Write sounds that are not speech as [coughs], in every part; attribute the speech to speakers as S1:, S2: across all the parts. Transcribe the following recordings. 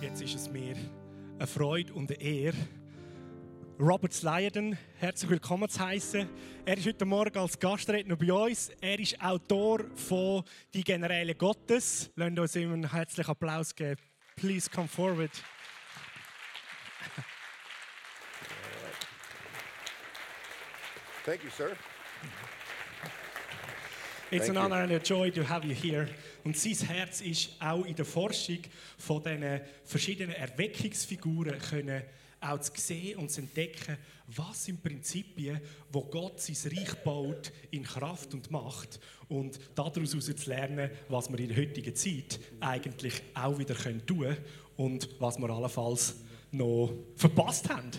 S1: Jetzt ist es mir eine Freude und eine Ehre, Robert Slayerden herzlich willkommen zu heißen. Er ist heute Morgen als Gastredner bei uns. Er ist Autor von Die Generäle Gottes. Lasst uns ihm einen herzlichen Applaus geben. Please come forward.
S2: Thank you, sir.
S1: It's an
S2: Thank you.
S1: honor and a joy to have you here. Und sein Herz ist auch in der Forschung von diesen verschiedenen Erweckungsfiguren können auch zu sehen und zu entdecken, was sind Prinzipien, wo Gott sein Reich baut in Kraft und Macht und daraus heraus zu lernen, was wir in der heutigen Zeit eigentlich auch wieder können tun und was wir allenfalls noch verpasst haben.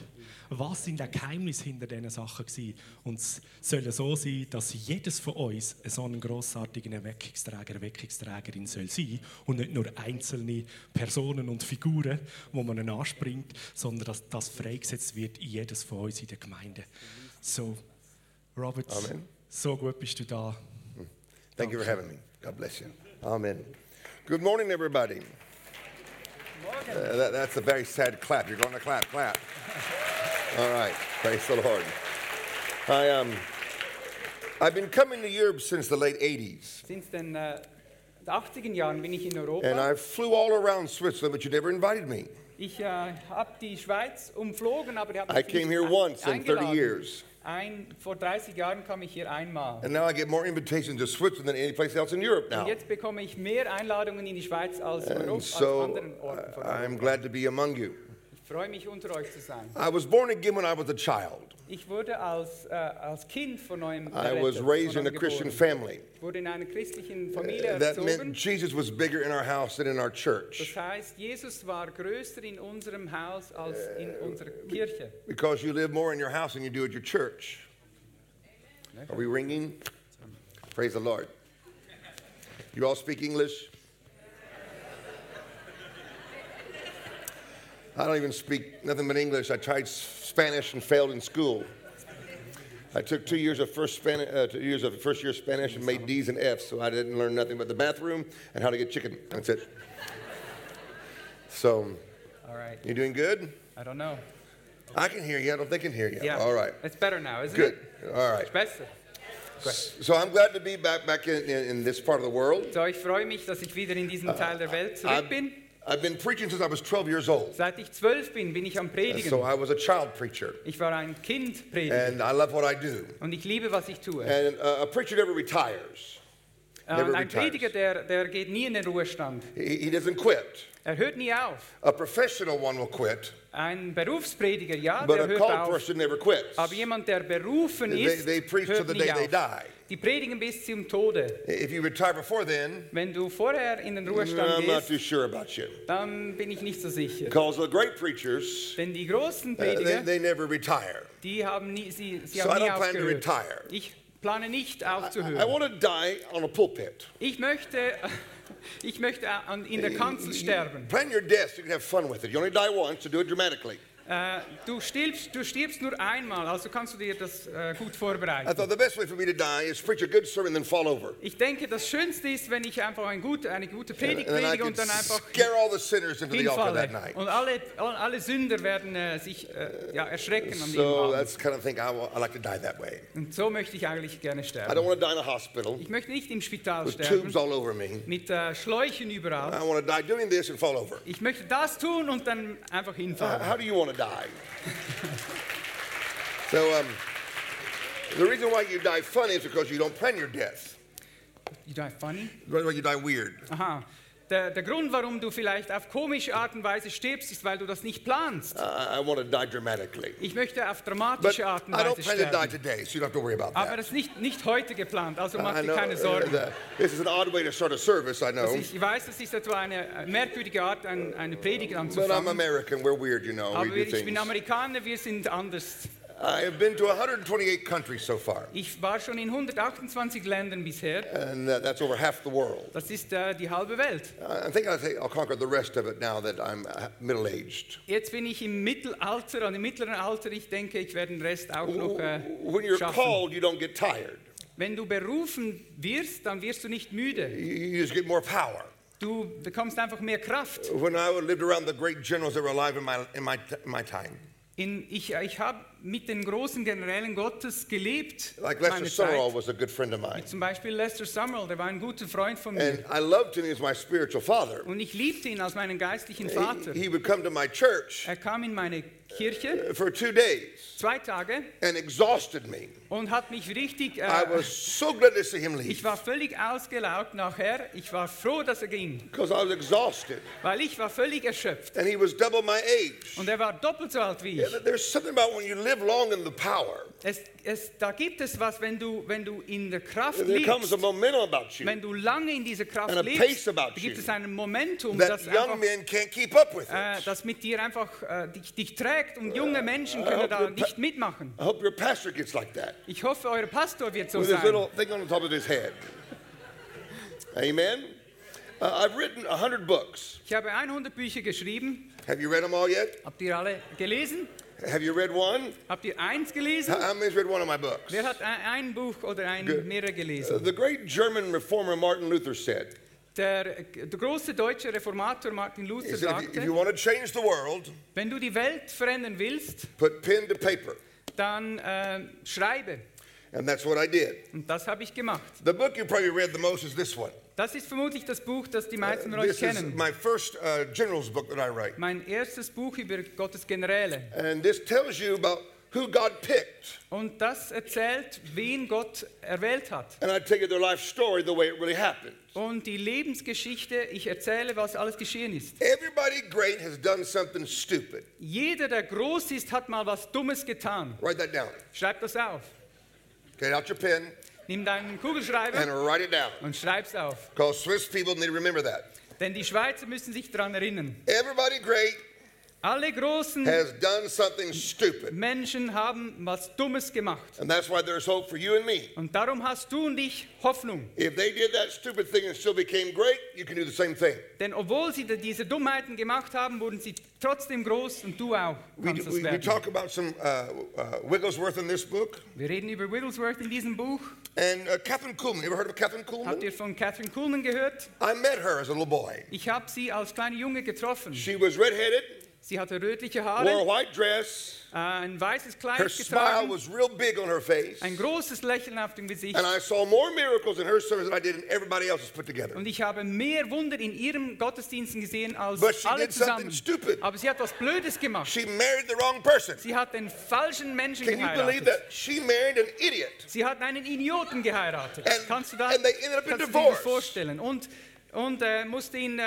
S1: Was sind die Geheimnisse hinter diesen Sachen gewesen? Und es soll so sein, dass jedes von uns so einen grossartigen Erweckungsträger, Erweckungsträgerin soll sein und nicht nur einzelne Personen und Figuren, wo man ihn anspringt, sondern dass das freigesetzt wird in jedes von uns in der Gemeinde. So, Robert,
S2: Amen.
S1: so gut bist du da.
S2: Thank you for having me. God bless you. Amen. Good morning, everybody. Uh, that- that's a very sad clap. You're going to clap, clap. All right. Praise the Lord. I um, I've been coming to Europe since the late '80s,
S3: Since den äh, 80er Jahren bin ich in
S2: and
S3: Europa.
S2: I flew all around Switzerland, but you never invited me.
S3: Ich äh, habe die Schweiz umflogen, aber ich habe
S2: I came
S3: [laughs]
S2: here once in 30 years,
S3: Ein, vor 30 Jahren kam ich hier einmal.
S2: and now I get more invitations to Switzerland than any place else in Europe
S3: Und
S2: now.
S3: jetzt bekomme ich mehr Einladungen in die Schweiz als, Europa,
S2: And
S3: als
S2: so
S3: anderen Orten. von
S2: uh,
S3: Europa.
S2: I'm glad to be among you.
S3: Ich freue mich, unter euch zu sein.
S2: I was born again when I was a child.
S3: Ich wurde als, äh, als Kind von neuem
S2: I
S3: errettet,
S2: was
S3: von
S2: raised in a
S3: neuem
S2: Christian
S3: geboren.
S2: family.
S3: Ich wurde in einer christlichen Familie
S2: That meant
S3: erzogen.
S2: Jesus was bigger in our house than in our church.
S3: Das heißt, Jesus war größer in unserem Haus als in
S2: Uh,
S3: unserer Kirche.
S2: Because you live more in your house than you do at your church. Are we ringing? Praise the Lord. You all speak English? I don't even speak nothing but English. I tried s- Spanish and failed in school. I took two years of first Spanish, uh, two years of first year Spanish and made D's and F's, so I didn't learn nothing but the bathroom and how to get chicken. That's it. So,
S3: All right.
S2: you doing good?
S3: I don't know.
S2: I can hear you. I don't think I can hear you.
S3: Yeah.
S2: All right.
S3: It's better now, isn't
S2: Good.
S3: it?
S2: All right.
S3: Besser.
S2: So I'm glad to be back back in, in, in this part of the world.
S3: So, ich freue mich, dass ich wieder in diesem Teil der
S2: Ah,
S3: Welt zurück
S2: I've,
S3: bin.
S2: I've been preaching since I was 12 years old.
S3: Seit ich zwölf bin, bin ich am Predigen.
S2: So I was a child preacher,
S3: ich war ein Kind predigen
S2: and I love what I do.
S3: und ich liebe, was ich tue.
S2: And uh, a preacher never retires.
S3: Äh,
S2: never
S3: und ein
S2: retires.
S3: Prediger, der, der geht nie in den Ruhestand.
S2: He, he doesn't quit.
S3: Er hört nie auf.
S2: A professional one will quit,
S3: Ein Berufsprediger, ja,
S2: but
S3: der
S2: a
S3: hört
S2: called
S3: auf.
S2: person never quits.
S3: Aber jemand, der berufen
S2: They,
S3: ist,
S2: they preach till
S3: hört
S2: the
S3: nie
S2: day they
S3: auf.
S2: die.
S3: Die predigen bis zum Tode.
S2: If you retire before then,
S3: Wenn du vorher in den Ruhestand
S2: I'm not too
S3: gehst,
S2: sure about you.
S3: dann bin ich nicht so sicher.
S2: Because the great preachers,
S3: Denn die großen
S2: uh,
S3: Prediger,
S2: they, they never retire.
S3: Die haben nie, sie, sie
S2: So I
S3: haben nie
S2: don't plan to
S3: aufgehört.
S2: retire.
S3: Ich plane nicht
S2: I
S3: aufzuhören.
S2: want to die on a pulpit.
S3: ich möchte, [laughs] ich möchte an, in der Kanzel sterben.
S2: Plan your death so you can have fun with it. You only die once, so do it dramatically.
S3: Äh, du, stirbst, du stirbst nur einmal, also kannst du dir das äh, gut
S2: I
S3: vorbereiten.
S2: thought the best way for me to die is preach a good sermon, then fall over.
S3: Ich denke, das Schönste ist, wenn ich einfach ein gut, eine gute
S2: And,
S3: Predigt
S2: and then I
S3: predige
S2: can
S3: und dann einfach
S2: scare all the sinners into the altar that
S3: hinfalle.
S2: night.
S3: Und alle, alle Sünder werden äh, sich äh, ja, erschrecken an diesem
S2: So
S3: Abend.
S2: that's the kind of thing I, wa- I like to die that way.
S3: Und so möchte ich eigentlich gerne
S2: I
S3: sterben.
S2: don't want to die in a hospital
S3: Ich möchte nicht im Spital
S2: with tubes
S3: sterben,
S2: all over me.
S3: mit äh, Schläuchen überall.
S2: I want to die doing this and fall over.
S3: Ich möchte das tun und dann einfach
S2: Uh,
S3: hinfahren.
S2: how do you want to die? so um, the reason why you die funny is because you don't plan your death. äh.
S3: You die funny?
S2: The reason why you die weird.
S3: Aha. Der, der Grund, warum du vielleicht auf komische Art und Weise stirbst, ist, weil du das nicht planst.
S2: Uh, I want to die dramatically.
S3: Ich möchte auf
S2: But
S3: dramatische Art und
S2: I don't
S3: Weise
S2: plan to die
S3: sterben.
S2: today, so you don't have to worry about that.
S3: Aber das ist nicht, nicht heute geplant, also mach
S2: I
S3: dir
S2: know,
S3: keine
S2: uh,
S3: Sorgen.
S2: the- this is an odd way to start a service, I know.
S3: Ich weiß, das ist etwa eine merkwürdige Art, ein, eine Predigt
S2: But I'm
S3: anzufangen.
S2: American. We're weird, you know. We
S3: Aber
S2: do
S3: ich bin
S2: things.
S3: Amerikaner, wir sind anders.
S2: I have been to 128 countries so far,
S3: Ich war schon in 128 Ländern bisher.
S2: and uh, that's over half the world.
S3: Das ist äh, die halbe Welt.
S2: I I think I'll, say I'll conquer the rest of it now that I'm uh, middle aged.
S3: Jetzt bin ich im Mittelalter und im mittleren Alter. Ich denke, ich werde den Rest auch noch äh,
S2: When you're
S3: schaffen.
S2: called, you don't get tired,
S3: Wenn du berufen wirst, dann wirst du nicht müde.
S2: you, you just get more power.
S3: Du bekommst einfach mehr Kraft.
S2: When I lived around the great generals that were alive in my, in my, in my time,
S3: In, ich ich habe mit den großen Generälen Gottes gelebt.
S2: like Lester
S3: meine
S2: Summerall
S3: Zeit.
S2: was a good friend of mine.
S3: Zum Beispiel Lester Summerall, der war ein guter Freund von
S2: And
S3: mir.
S2: I loved him. He was my spiritual father.
S3: Und ich liebte ihn als meinen geistlichen Vater.
S2: He, he would come to my church
S3: Er kam in meine Kirche
S2: for two days
S3: zwei Tage
S2: and exhausted me.
S3: und hat mich richtig.
S2: I
S3: Äh,
S2: was so glad to see him
S3: ich
S2: leave
S3: war völlig ausgelaugt nachher. Ich war froh, dass er ging,
S2: because I was exhausted.
S3: weil ich war völlig erschöpft.
S2: And he was double my age.
S3: Und er war doppelt so alt wie
S2: Yeah,
S3: ich.
S2: There's something about when you live long in the power,
S3: Es, es, da gibt es was, wenn du, wenn du in der Kraft
S2: there comes
S3: lebst.
S2: a momentum about you
S3: Wenn du lange in dieser Kraft
S2: Äh, And a pace
S3: lebst,
S2: about
S3: da
S2: you
S3: gibt es ein Momentum,
S2: that
S3: um, das,
S2: young
S3: einfach,
S2: men can't keep up with.
S3: äh,
S2: It.
S3: das mit dir einfach äh, dich, dich trägt und junge Menschen
S2: hope
S3: können da
S2: your Äh, pa-
S3: nicht mitmachen.
S2: I hope your pastor gets like that
S3: Ich hoffe, euer Pastor wird so
S2: with his
S3: sein.
S2: little thing on the top of his head. Amen. Uh, I've written 100 books.
S3: Ich habe 100 Bücher geschrieben.
S2: Have you read them all yet?
S3: Habt ihr alle gelesen?
S2: Have you read one?
S3: Habt ihr eins gelesen?
S2: How how many's read one of my books?
S3: Wer hat ein, ein Buch oder ein
S2: Good.
S3: mehrere gelesen?
S2: Uh, The great German reformer Martin Luther said,
S3: Der, der große deutsche Reformator Martin
S2: he said
S3: Luther
S2: if, you, if
S3: sagte,
S2: you want to change the world,
S3: wenn du die Welt verändern willst,
S2: put pen to paper.
S3: dann äh, schreibe.
S2: And that's what I did.
S3: Und das habe ich gemacht.
S2: The book you probably read the most is this one.
S3: Das ist vermutlich das Buch, das die meisten von euch
S2: Äh, This is
S3: kennen.
S2: my first uh, general's book that I write.
S3: Mein erstes Buch über Gottes Generäle.
S2: And this tells you about who God picked.
S3: Und das erzählt, wen Gott erwählt hat.
S2: And I tell you their life story the way it really happened.
S3: Und die Lebensgeschichte, ich erzähle, was alles geschehen ist.
S2: Everybody great has done something stupid.
S3: Jeder, der groß ist, hat mal was Dummes getan.
S2: Write that down.
S3: Schreib das auf.
S2: Get out your pen
S3: Nimm deinen
S2: and
S3: Kugelschreiber
S2: write it down.
S3: und schreib's auf.
S2: Because Swiss people need to remember that.
S3: Denn die Schweizer müssen sich daran erinnern.
S2: Everybody great
S3: Alle großen
S2: has done something stupid.
S3: Menschen haben was Dummes gemacht.
S2: And that's why there's hope for you and me.
S3: Und darum hast du und ich Hoffnung.
S2: If they did that stupid thing and still became great, you can do the same thing.
S3: Denn obwohl sie da diese Dummheiten gemacht haben, wurden sie trotzdem groß und du auch
S2: We,
S3: kannst es
S2: we, we
S3: werden.
S2: talk about some uh, uh, Wigglesworth in this book.
S3: Wir reden über Wigglesworth in diesem Buch.
S2: And uh, Catherine Kuhlman. Ever heard of Catherine
S3: Habt
S2: Kuhlman?
S3: ihr von Catherine Kuhlman gehört?
S2: I met her as a little boy.
S3: Ich habe sie als kleiner Junge getroffen.
S2: She was redheaded,
S3: Sie hatte rötliche
S2: wore a
S3: Haare,
S2: white dress.
S3: äh, ein weißes Kleid
S2: Her smile
S3: getragen,
S2: was real big on her face.
S3: ein großes Lächeln auf dem Gesicht.
S2: And I saw more miracles in her service than I did in everybody else's put together.
S3: Und ich habe mehr Wunder in ihrem Gottesdiensten gesehen als
S2: But she
S3: alle
S2: did something
S3: zusammen.
S2: stupid.
S3: Aber sie hat was Blödes gemacht.
S2: She married the wrong person.
S3: Sie hat den falschen Menschen
S2: Can you believe
S3: geheiratet.
S2: that? She married an idiot.
S3: Sie hat einen Idioten geheiratet.
S2: And-
S3: kannst du, da,
S2: and they ended up in
S3: kannst du dir
S2: divorce.
S3: das vorstellen? Und, und äh, musste ihn äh,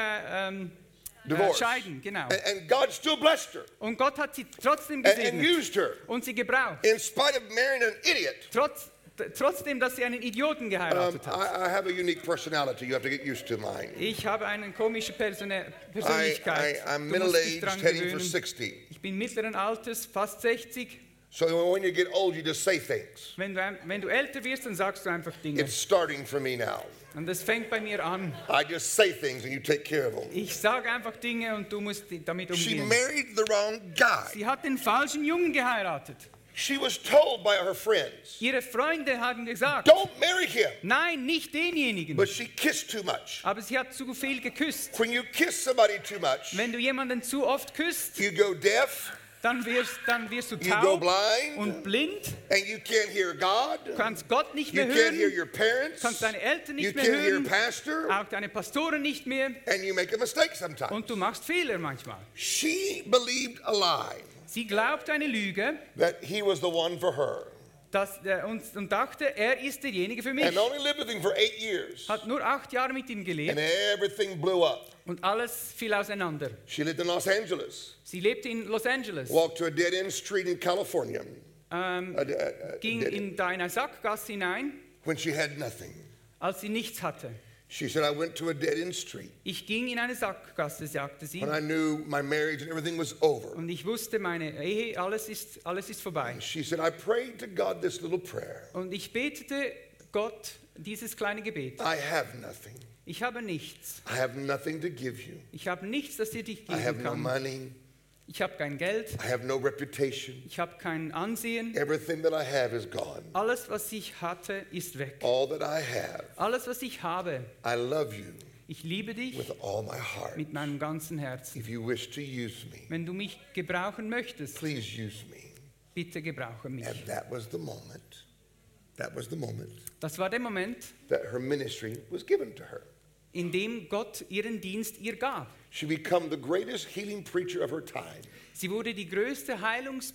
S3: ähm, äh,
S2: Divorce.
S3: scheiden, genau.
S2: And, and God still blessed her
S3: Und Gott hat sie trotzdem
S2: and, and
S3: gesegnet
S2: used her
S3: und sie gebraucht.
S2: in spite of marrying an idiot.
S3: Trotz, t- trotzdem, dass sie einen Idioten
S2: Um,
S3: geheiratet hat.
S2: I, I have a unique personality. You have to get used to mine.
S3: Ich habe eine komische Persone
S2: I,
S3: Persönlichkeit.
S2: I, I'm
S3: du
S2: middle
S3: musst dich
S2: aged,
S3: dran
S2: heading for
S3: gewöhnen.
S2: 60.
S3: Ich bin mittleren Alters, fast 60.
S2: So when you get old, you just say things.
S3: Wenn du, ein- wenn du älter wirst, dann sagst du einfach Dinge.
S2: It's starting for me now.
S3: Und das fängt bei mir an.
S2: I just say things and you take care of them.
S3: Ich sage einfach Dinge und du musst die- damit
S2: She
S3: umgehen.
S2: married the wrong guy.
S3: Sie hat den falschen Jungen geheiratet.
S2: She was told by her friends,
S3: Ihre Freunde haben gesagt,
S2: don't marry him.
S3: nein, nicht denjenigen.
S2: But she kissed too much.
S3: Aber sie hat zu viel geküsst.
S2: When you kiss somebody too much,
S3: Wenn du jemanden zu oft küsst,
S2: you go deaf,
S3: dann wirst, dann wirst du
S2: you go
S3: taub
S2: blind,
S3: und blind,
S2: and you can't hear God.
S3: kannst Gott nicht
S2: You
S3: mehr
S2: can't hear
S3: hören,
S2: your parents.
S3: kannst deine Eltern
S2: You
S3: nicht
S2: can't
S3: mehr
S2: hear your
S3: hören,
S2: pastor,
S3: auch deine Pastoren nicht mehr
S2: and you make a mistake sometimes.
S3: und du machst Fehler manchmal.
S2: She believed a lie
S3: Sie glaubt eine Lüge
S2: that he was the one for her,
S3: dass, äh, und, und dachte, er ist derjenige für mich.
S2: and only lived with him for eight years.
S3: Hat nur acht Jahre mit ihm
S2: And
S3: gelebt
S2: everything blew up.
S3: und alles fiel auseinander.
S2: She lived in Los Angeles,
S3: Sie lebte in Los Angeles,
S2: walked to a dead end street in California
S3: ähm,
S2: a de- a- a
S3: ging
S2: dead end,
S3: in da in eine Sackgasse hinein,
S2: when she had nothing.
S3: als sie nichts hatte.
S2: She said, I went to a dead end street
S3: Ich ging in eine Sackgasse, sagte sie,
S2: when I knew my marriage and everything was over.
S3: und ich wusste, meine Ehe, alles ist, alles ist vorbei.
S2: She said, I prayed to God this little prayer
S3: Und ich betete Gott dieses kleine Gebet.
S2: I have nothing.
S3: Ich habe nichts.
S2: I have nothing to give you.
S3: Ich habe nichts, das dir dich
S2: I have
S3: geben
S2: no
S3: kann.
S2: money.
S3: Ich habe kein Geld.
S2: I have no reputation.
S3: Ich habe kein Ansehen.
S2: Everything that I have is gone.
S3: Alles, was ich hatte, ist weg.
S2: All that I have,
S3: Alles, was ich habe,
S2: I love you.
S3: Ich liebe dich
S2: with all my heart.
S3: mit meinem ganzen Herzen.
S2: If you wish to use me,
S3: Wenn du mich gebrauchen möchtest,
S2: please use me.
S3: bitte gebrauche mich.
S2: And that was the moment. That was the moment
S3: Das war der Moment,
S2: that her ministry was given to her.
S3: in dem Gott ihren Dienst ihr gab.
S2: She became the greatest healing preacher of her time
S3: Sie wurde die größte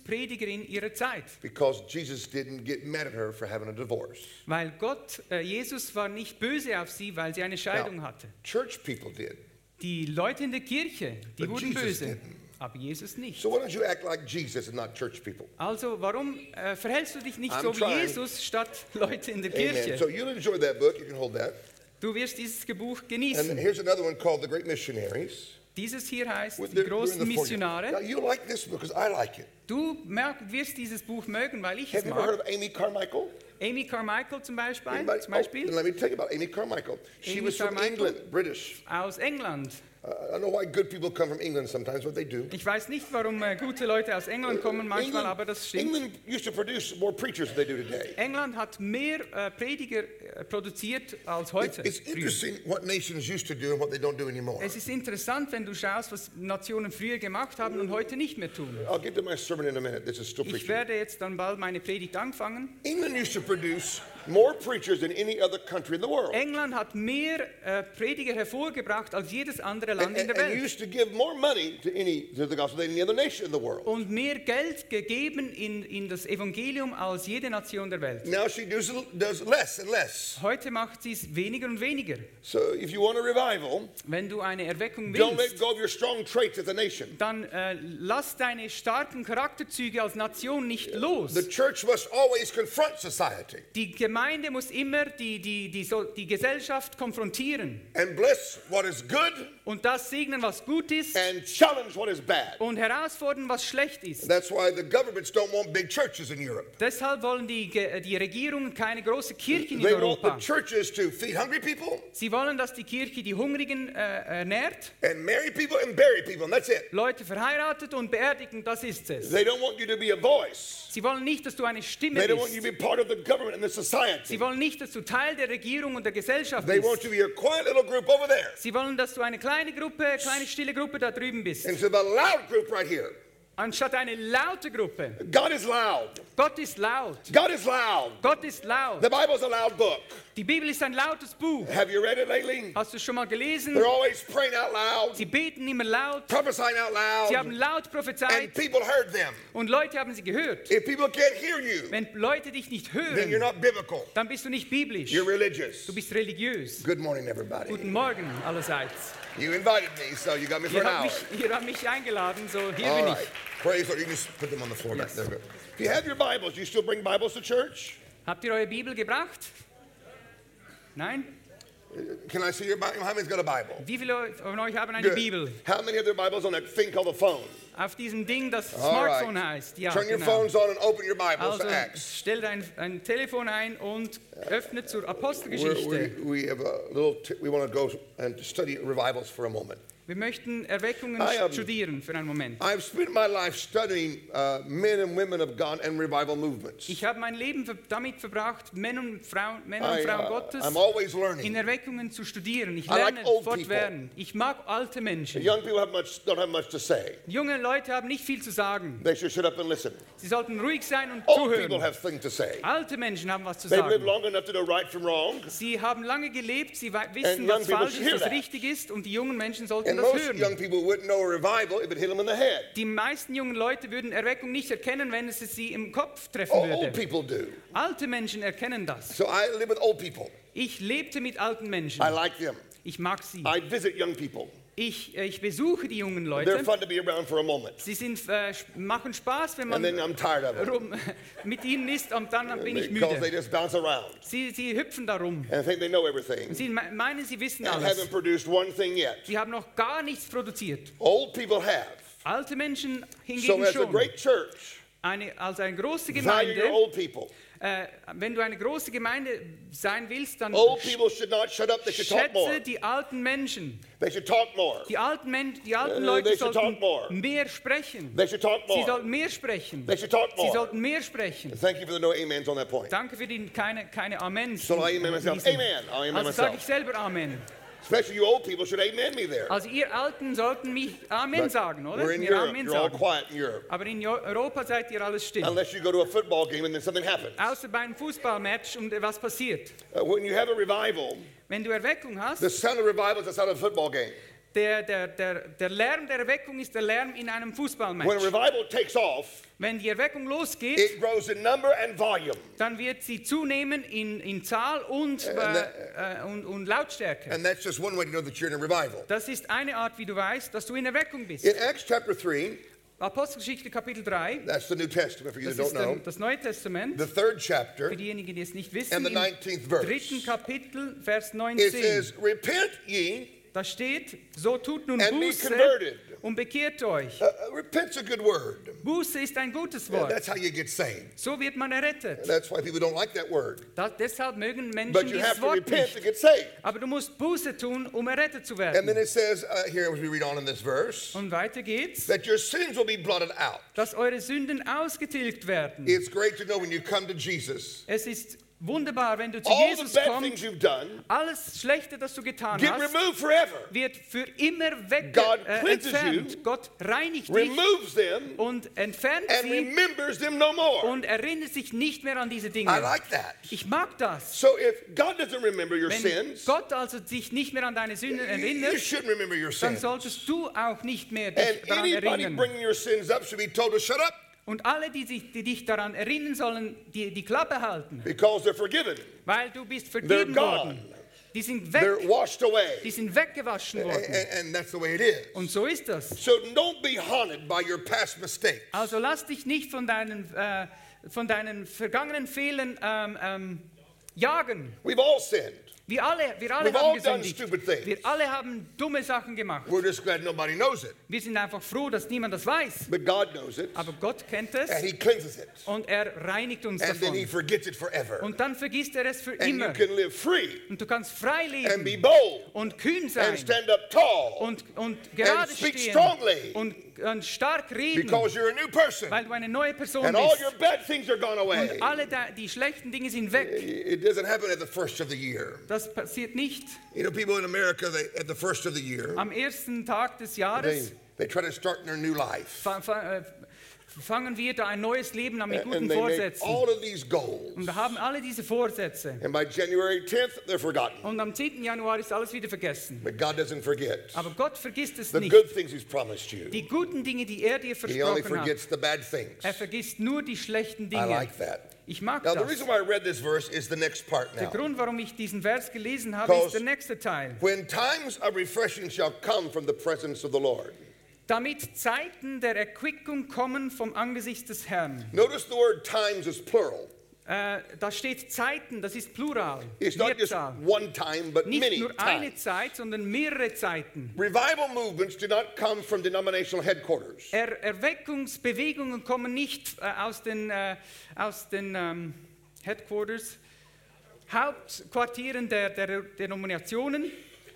S3: Heilungspredigerin ihrer Zeit,
S2: because Jesus didn't get mad at her for having a divorce.
S3: weil Gott, äh, Jesus war nicht böse auf sie, weil sie eine Scheidung
S2: Now,
S3: hatte.
S2: church people did.
S3: Die Leute in der Kirche, die
S2: But
S3: wurden
S2: Jesus
S3: böse,
S2: didn't.
S3: aber Jesus nicht.
S2: So why don't you act like Jesus and not church people?
S3: Also warum äh, verhältst du dich nicht
S2: I'm
S3: so wie
S2: trying.
S3: Jesus statt Leute in der
S2: Amen. So
S3: Kirche?
S2: you'll enjoy that book. You can hold that.
S3: Du wirst dieses Buch
S2: And
S3: genießen.
S2: here's another one called The Great Missionaries.
S3: Dieses hier heißt
S2: With
S3: Die
S2: the- we're in the
S3: großen
S2: 40s. Now,
S3: Missionare.
S2: you like this book because I like it.
S3: Du merk, wirst dieses Buch mögen, weil ich
S2: Have
S3: es
S2: you ever heard
S3: mag.
S2: of Amy Carmichael?
S3: Amy Carmichael zum Beispiel,
S2: Anybody?
S3: zum
S2: Oh, then
S3: Beispiel
S2: let me tell you about Amy Carmichael. She
S3: Amy
S2: was from
S3: Carmichael.
S2: England, British.
S3: aus England.
S2: Uh, I don't know why good people come from England sometimes, but they do.
S3: Ich weiß nicht, warum äh, gute Leute aus England kommen manchmal, aber das stimmt.
S2: England used to produce more preachers than they do today.
S3: England hat mehr äh, Prediger äh, produziert als
S2: It's,
S3: heute.
S2: it's
S3: früher.
S2: interesting what nations used to do and what they don't do anymore.
S3: Es ist interessant, wenn du schaust, was Nationen früher gemacht haben und heute nicht mehr tun.
S2: I'll get to my sermon in a minute. This is still
S3: Ich
S2: preaching.
S3: werde jetzt dann bald meine Predigt anfangen.
S2: England used to produce more preachers than any other country in the world.
S3: England hat mehr äh, Prediger hervorgebracht als jedes andere Land
S2: And,
S3: in
S2: and,
S3: der
S2: and
S3: Welt
S2: used to give more money to any to the gospel than any other nation in the world.
S3: und mehr Geld gegeben in, in das Evangelium als jede Nation der Welt.
S2: Now she does, does less and less.
S3: Heute macht sie es weniger und weniger.
S2: So if you want a revival,
S3: Wenn du eine Erweckung
S2: don't
S3: willst,
S2: let go of your strong traits as a nation.
S3: dann äh, lass deine starken Charakterzüge als Nation nicht
S2: The
S3: los.
S2: church must always confront society
S3: Die Gemeinde muss immer die, die, die, so, die Gesellschaft konfrontieren
S2: and bless what is good
S3: und das segnen, was gut ist
S2: and challenge what is bad.
S3: und herausfordern, was schlecht ist.
S2: That's why the governments don't want big churches in Europe.
S3: Deshalb wollen die, Ge- äh, die Regierungen keine große Kirche in
S2: They want the
S3: Europa.
S2: churches to feed hungry people
S3: Sie wollen, dass die Kirche die Hungrigen äh, ernährt,
S2: and marry people and bury people, and that's it.
S3: Leute verheiratet und beerdigen, das ist es.
S2: They don't want you to be a voice.
S3: Sie wollen nicht, dass du eine Stimme
S2: They don't want you
S3: bist.
S2: to be part of the government and the society.
S3: Sie wollen nicht, dass du Teil der Regierung und der Gesellschaft
S2: They
S3: bist.
S2: want you to be a quiet little group over there.
S3: Sie wollen, dass du eine kleine Gruppe, kleine stille Gruppe da drüben bist,
S2: And so the loud group right here.
S3: anstatt eine laute Gruppe.
S2: God is loud.
S3: Gott ist laut.
S2: God is loud.
S3: Gott ist laut.
S2: The Bible's a loud book.
S3: Die Bibel ist ein lautes Buch.
S2: Have you read it lately?
S3: Hast du schon mal gelesen?
S2: They're always praying out loud,
S3: Sie beten immer laut.
S2: prophesying out
S3: Sie haben
S2: loud,
S3: laut
S2: and
S3: prophezeit
S2: people heard them.
S3: und Leute haben sie gehört.
S2: If people can't hear you,
S3: Wenn Leute dich nicht
S2: then you're
S3: hören,
S2: not biblical.
S3: dann bist du nicht biblisch.
S2: You're religious.
S3: Du bist religiös.
S2: Good morning, everybody.
S3: Guten Morgen allerseits.
S2: You invited me, so you got me for
S3: Ihr
S2: an
S3: habt
S2: hour.
S3: mich, ihr habt mich eingeladen, so hier
S2: All
S3: bin
S2: right.
S3: ich.
S2: Praise the Lord. You can just put them on the floor back
S3: Yes.
S2: there. Good. If you have your Bibles, you still bring Bibles to church?
S3: Habt ihr eure Bibel gebracht? Nein?
S2: Uh, Can I see your Bible? How many's got a Bible?
S3: Wie viele von euch haben eine
S2: Good.
S3: Bibel?
S2: How many of their Bibles on that thing called a phone?
S3: Auf diesem Ding, das
S2: All right.
S3: Smartphone heißt. Ja,
S2: Turn your
S3: genau.
S2: phones on and open your Bibles
S3: Also
S2: to Acts.
S3: stell dein ein Telefon ein und öffne zur
S2: We're-
S3: Apostelgeschichte.
S2: we we have a little. T- we want to go and study revivals for a moment.
S3: Wir möchten Erweckungen
S2: I, um,
S3: studieren für einen Moment.
S2: I've spent my life studying uh, men and women of God and revival movements.
S3: Ich habe mein Leben ver- damit verbracht, Männer und Frauen, Männer
S2: I,
S3: und Frauen
S2: uh,
S3: Gottes
S2: I'm always
S3: in
S2: learning.
S3: Erweckungen zu studieren. Ich
S2: I like
S3: lerne
S2: old
S3: fortwährend. Ich mag alte Menschen.
S2: Young people have much, don't have much to say.
S3: Junge Leute haben nicht viel zu sagen.
S2: They should shut up and listen.
S3: Sie sollten ruhig sein und
S2: Old people
S3: zuhören.
S2: have things to say.
S3: Alte Menschen haben was zu
S2: They've lived
S3: sagen.
S2: long enough to know right from wrong,
S3: Sie haben lange gelebt, sie wei-
S2: And
S3: wissen,
S2: young
S3: was
S2: people
S3: falsch
S2: should
S3: ist,
S2: hear
S3: was
S2: that.
S3: richtig ist und die jungen Menschen sollten
S2: and
S3: das
S2: most young
S3: hören.
S2: people wouldn't know a revival if it hit them in the head.
S3: Die meisten jungen Leute würden Erweckung nicht erkennen, wenn es sie im Kopf treffen
S2: Oh, old
S3: würde.
S2: people do.
S3: Alte Menschen erkennen das.
S2: So I live with old people.
S3: Ich lebte mit alten Menschen.
S2: I like them.
S3: Ich mag sie.
S2: I visit young people.
S3: Ich, äh, ich besuche die jungen
S2: They're
S3: Leute.
S2: fun to be around for a moment,
S3: Sie sind, äh, sch- machen Spaß, wenn
S2: and then
S3: man
S2: I'm tired of it
S3: rum, [laughs] mit ihnen ist und dann bin ich
S2: because they
S3: müde.
S2: just bounce around
S3: Sie, sie hüpfen da rum.
S2: and think they know everything
S3: Sie me- meinen, sie wissen
S2: and
S3: alles.
S2: haven't produced one thing yet.
S3: Sie haben noch gar nichts produziert.
S2: Old people have.
S3: Alte Menschen
S2: So
S3: hingegen
S2: as a
S3: schon.
S2: great church,
S3: Eine, als eine große
S2: value your
S3: Gemeinde,
S2: old people.
S3: äh, wenn du eine große Gemeinde sein willst, dann
S2: Old people should not shut up. They should talk more.
S3: schätze die alten Menschen.
S2: They should talk more.
S3: Die alten, Men die alten
S2: Äh,
S3: Leute
S2: they should talk more.
S3: sollten mehr sprechen.
S2: They should talk
S3: Sie
S2: more.
S3: sollten mehr sprechen.
S2: They should talk
S3: Sie
S2: more.
S3: sollten mehr sprechen.
S2: Thank you for the no amens on that point.
S3: Danke für die keine, keine Amens.
S2: So I amen
S3: in
S2: myself.
S3: diesem-
S2: Amen. I amen
S3: Also sage ich
S2: myself.
S3: selber Amen.
S2: Especially you old people should amen me there.
S3: Also ihr Alten sollten mich Amen
S2: But
S3: sagen, oder?
S2: We're in
S3: Mir
S2: Europe.
S3: Amen
S2: You're all
S3: sagen.
S2: quiet in Europe.
S3: Aber in Jo- Europa seid ihr alles still.
S2: Unless you go to a football game and then something happens.
S3: Außer beim Fußballmatch und was passiert.
S2: Uh, when you have a revival,
S3: Wenn du Erweckung hast,
S2: the sound of revival is the sound of a football game.
S3: der, der, der, der Lärm der Erweckung ist der Lärm in einem
S2: When a
S3: Fußballmatch.
S2: revival takes off,
S3: Wenn die Erweckung losgeht,
S2: it grows in number and volume.
S3: dann wird sie zunehmen in, in Zahl und,
S2: ne-
S3: äh, äh, und, und Lautstärke.
S2: And that's just one way to know that you're in a revival.
S3: Das ist eine Art, wie du weißt, dass du in Erweckung bist.
S2: In Acts chapter 3,
S3: Apostelgeschichte Kapitel 3,
S2: that's the New Testament for you
S3: das
S2: that don't
S3: ist
S2: know,
S3: dann das Neue Testament.
S2: the third
S3: Für
S2: chapter,
S3: diejenigen, die es nicht
S2: And
S3: wissen,
S2: the
S3: im
S2: 19th verse.
S3: dritten Kapitel, Vers
S2: it
S3: 19.
S2: says, Repent ye.
S3: Da steht, so tut nun
S2: And be
S3: Buße
S2: converted.
S3: und bekehrt euch.
S2: Uh, uh, repent's a good word.
S3: Buße ist ein gutes
S2: Yeah,
S3: Wort.
S2: that's how you get saved.
S3: So wird man errettet.
S2: That's why people don't like that word.
S3: Da, deshalb mögen Menschen
S2: But you
S3: dieses
S2: have to
S3: Wort
S2: repent to
S3: nicht.
S2: get saved.
S3: Aber du musst Buße tun, um errettet zu
S2: And then
S3: werden.
S2: it says, uh, here as we read on in this verse,
S3: Und weiter geht's,
S2: that your sins will be blotted out.
S3: dass eure Sünden ausgetilgt werden.
S2: It's great to know when you come to Jesus,
S3: Es ist wunderbar, wenn du zu
S2: all the
S3: Jesus
S2: bad things
S3: kommst,
S2: you've done
S3: alles Schlechte, das du getan
S2: get
S3: hast,
S2: removed forever,
S3: wird für immer weg
S2: God
S3: äh,
S2: cleanses
S3: entfernt.
S2: you,
S3: Gott reinigt dich
S2: removes them,
S3: und entfernt
S2: and
S3: sie
S2: remembers them no more.
S3: und erinnert sich nicht mehr an diese
S2: I
S3: Dinge.
S2: like that.
S3: Ich mag das.
S2: So if God doesn't remember your
S3: Wenn
S2: sins,
S3: Gott also dich nicht mehr an deine Sünden
S2: you, you
S3: erinnert,
S2: shouldn't remember your
S3: dann
S2: sins.
S3: solltest du auch nicht mehr
S2: And
S3: dich daran
S2: anybody
S3: erinnern.
S2: bringing your sins up should be told to shut up
S3: Und alle, die, sich, die dich daran erinnern sollen, die, die Klappe halten,
S2: because they're forgiven,
S3: weil du bist
S2: they're
S3: vergeben
S2: gone,
S3: worden. Die sind
S2: they're Äh,
S3: weg,
S2: washed
S3: die
S2: away.
S3: sind weggewaschen
S2: A- a-
S3: worden.
S2: And, that's the way it is.
S3: Und so ist das.
S2: So don't be haunted by your past mistakes.
S3: Also lass dich nicht von deinen, äh, von deinen vergangenen Fehlern ähm, ähm, jagen.
S2: We've all sinned.
S3: Wir alle, wir alle
S2: We've
S3: haben
S2: all done
S3: gesündigt.
S2: stupid things.
S3: Wir alle haben dumme Sachen gemacht.
S2: We're just glad nobody knows it.
S3: Wir sind einfach froh, dass niemand das weiß.
S2: But God knows it,
S3: Aber Gott kennt
S2: and
S3: es
S2: He cleanses it,
S3: und er reinigt uns
S2: and then He
S3: davon.
S2: forgets it forever.
S3: Und dann vergisst er es für
S2: And you
S3: immer.
S2: can live free
S3: Und du kannst frei
S2: and be
S3: leben
S2: bold
S3: und kühn
S2: and
S3: sein
S2: stand up tall
S3: und, und gerade
S2: speak
S3: stehen
S2: strongly.
S3: und, und stark reden,
S2: because you're a new person
S3: weil du eine neue Person
S2: and all
S3: bist.
S2: your bad things are gone away.
S3: Und alle da, die schlechten Dinge sind weg.
S2: It doesn't happen at the first of the year.
S3: Das passiert nicht
S2: You know, people in America, they, at the first of the year,
S3: am ersten Tag des
S2: they,
S3: Jahres.
S2: they try to start their new life.
S3: fa- fa- äh, Fangen wir da ein neues Leben an mit
S2: And,
S3: guten
S2: they make
S3: Vorsätzen.
S2: all of these goals.
S3: Und wir haben alle diese Vorsätze.
S2: And by January 10th, they're forgotten.
S3: Und am 10. Januar ist alles wieder vergessen.
S2: But God doesn't forget
S3: Aber Gott vergisst es
S2: the
S3: nicht.
S2: good things He's promised you,
S3: Die guten Dinge, die er dir
S2: He only
S3: versprochen hat.
S2: forgets the bad things.
S3: Er vergisst nur die schlechten
S2: I
S3: Dinge.
S2: like that.
S3: Ich mag
S2: Now, the
S3: das.
S2: reason why I read this verse is the next part
S3: Der
S2: now.
S3: Grund, warum ich diesen Vers gelesen habe,
S2: Because-
S3: ist der nächste Teil.
S2: When times of refreshing shall come from the presence of the Lord.
S3: Damit Zeiten der Erquickung kommen vom Angesicht des Herrn.
S2: Notice the word times is plural.
S3: Äh, da steht Zeiten, das ist Plural.
S2: It's not just
S3: Mehrzahl.
S2: one time, but
S3: Nicht
S2: many
S3: nur eine
S2: times.
S3: Zeit, sondern mehrere Zeiten.
S2: Revival movements do not come from denominational headquarters.
S3: Er Erweckungsbewegungen kommen nicht äh, aus den, äh, aus den ähm, Headquarters, Hauptquartieren der, der Denominationen.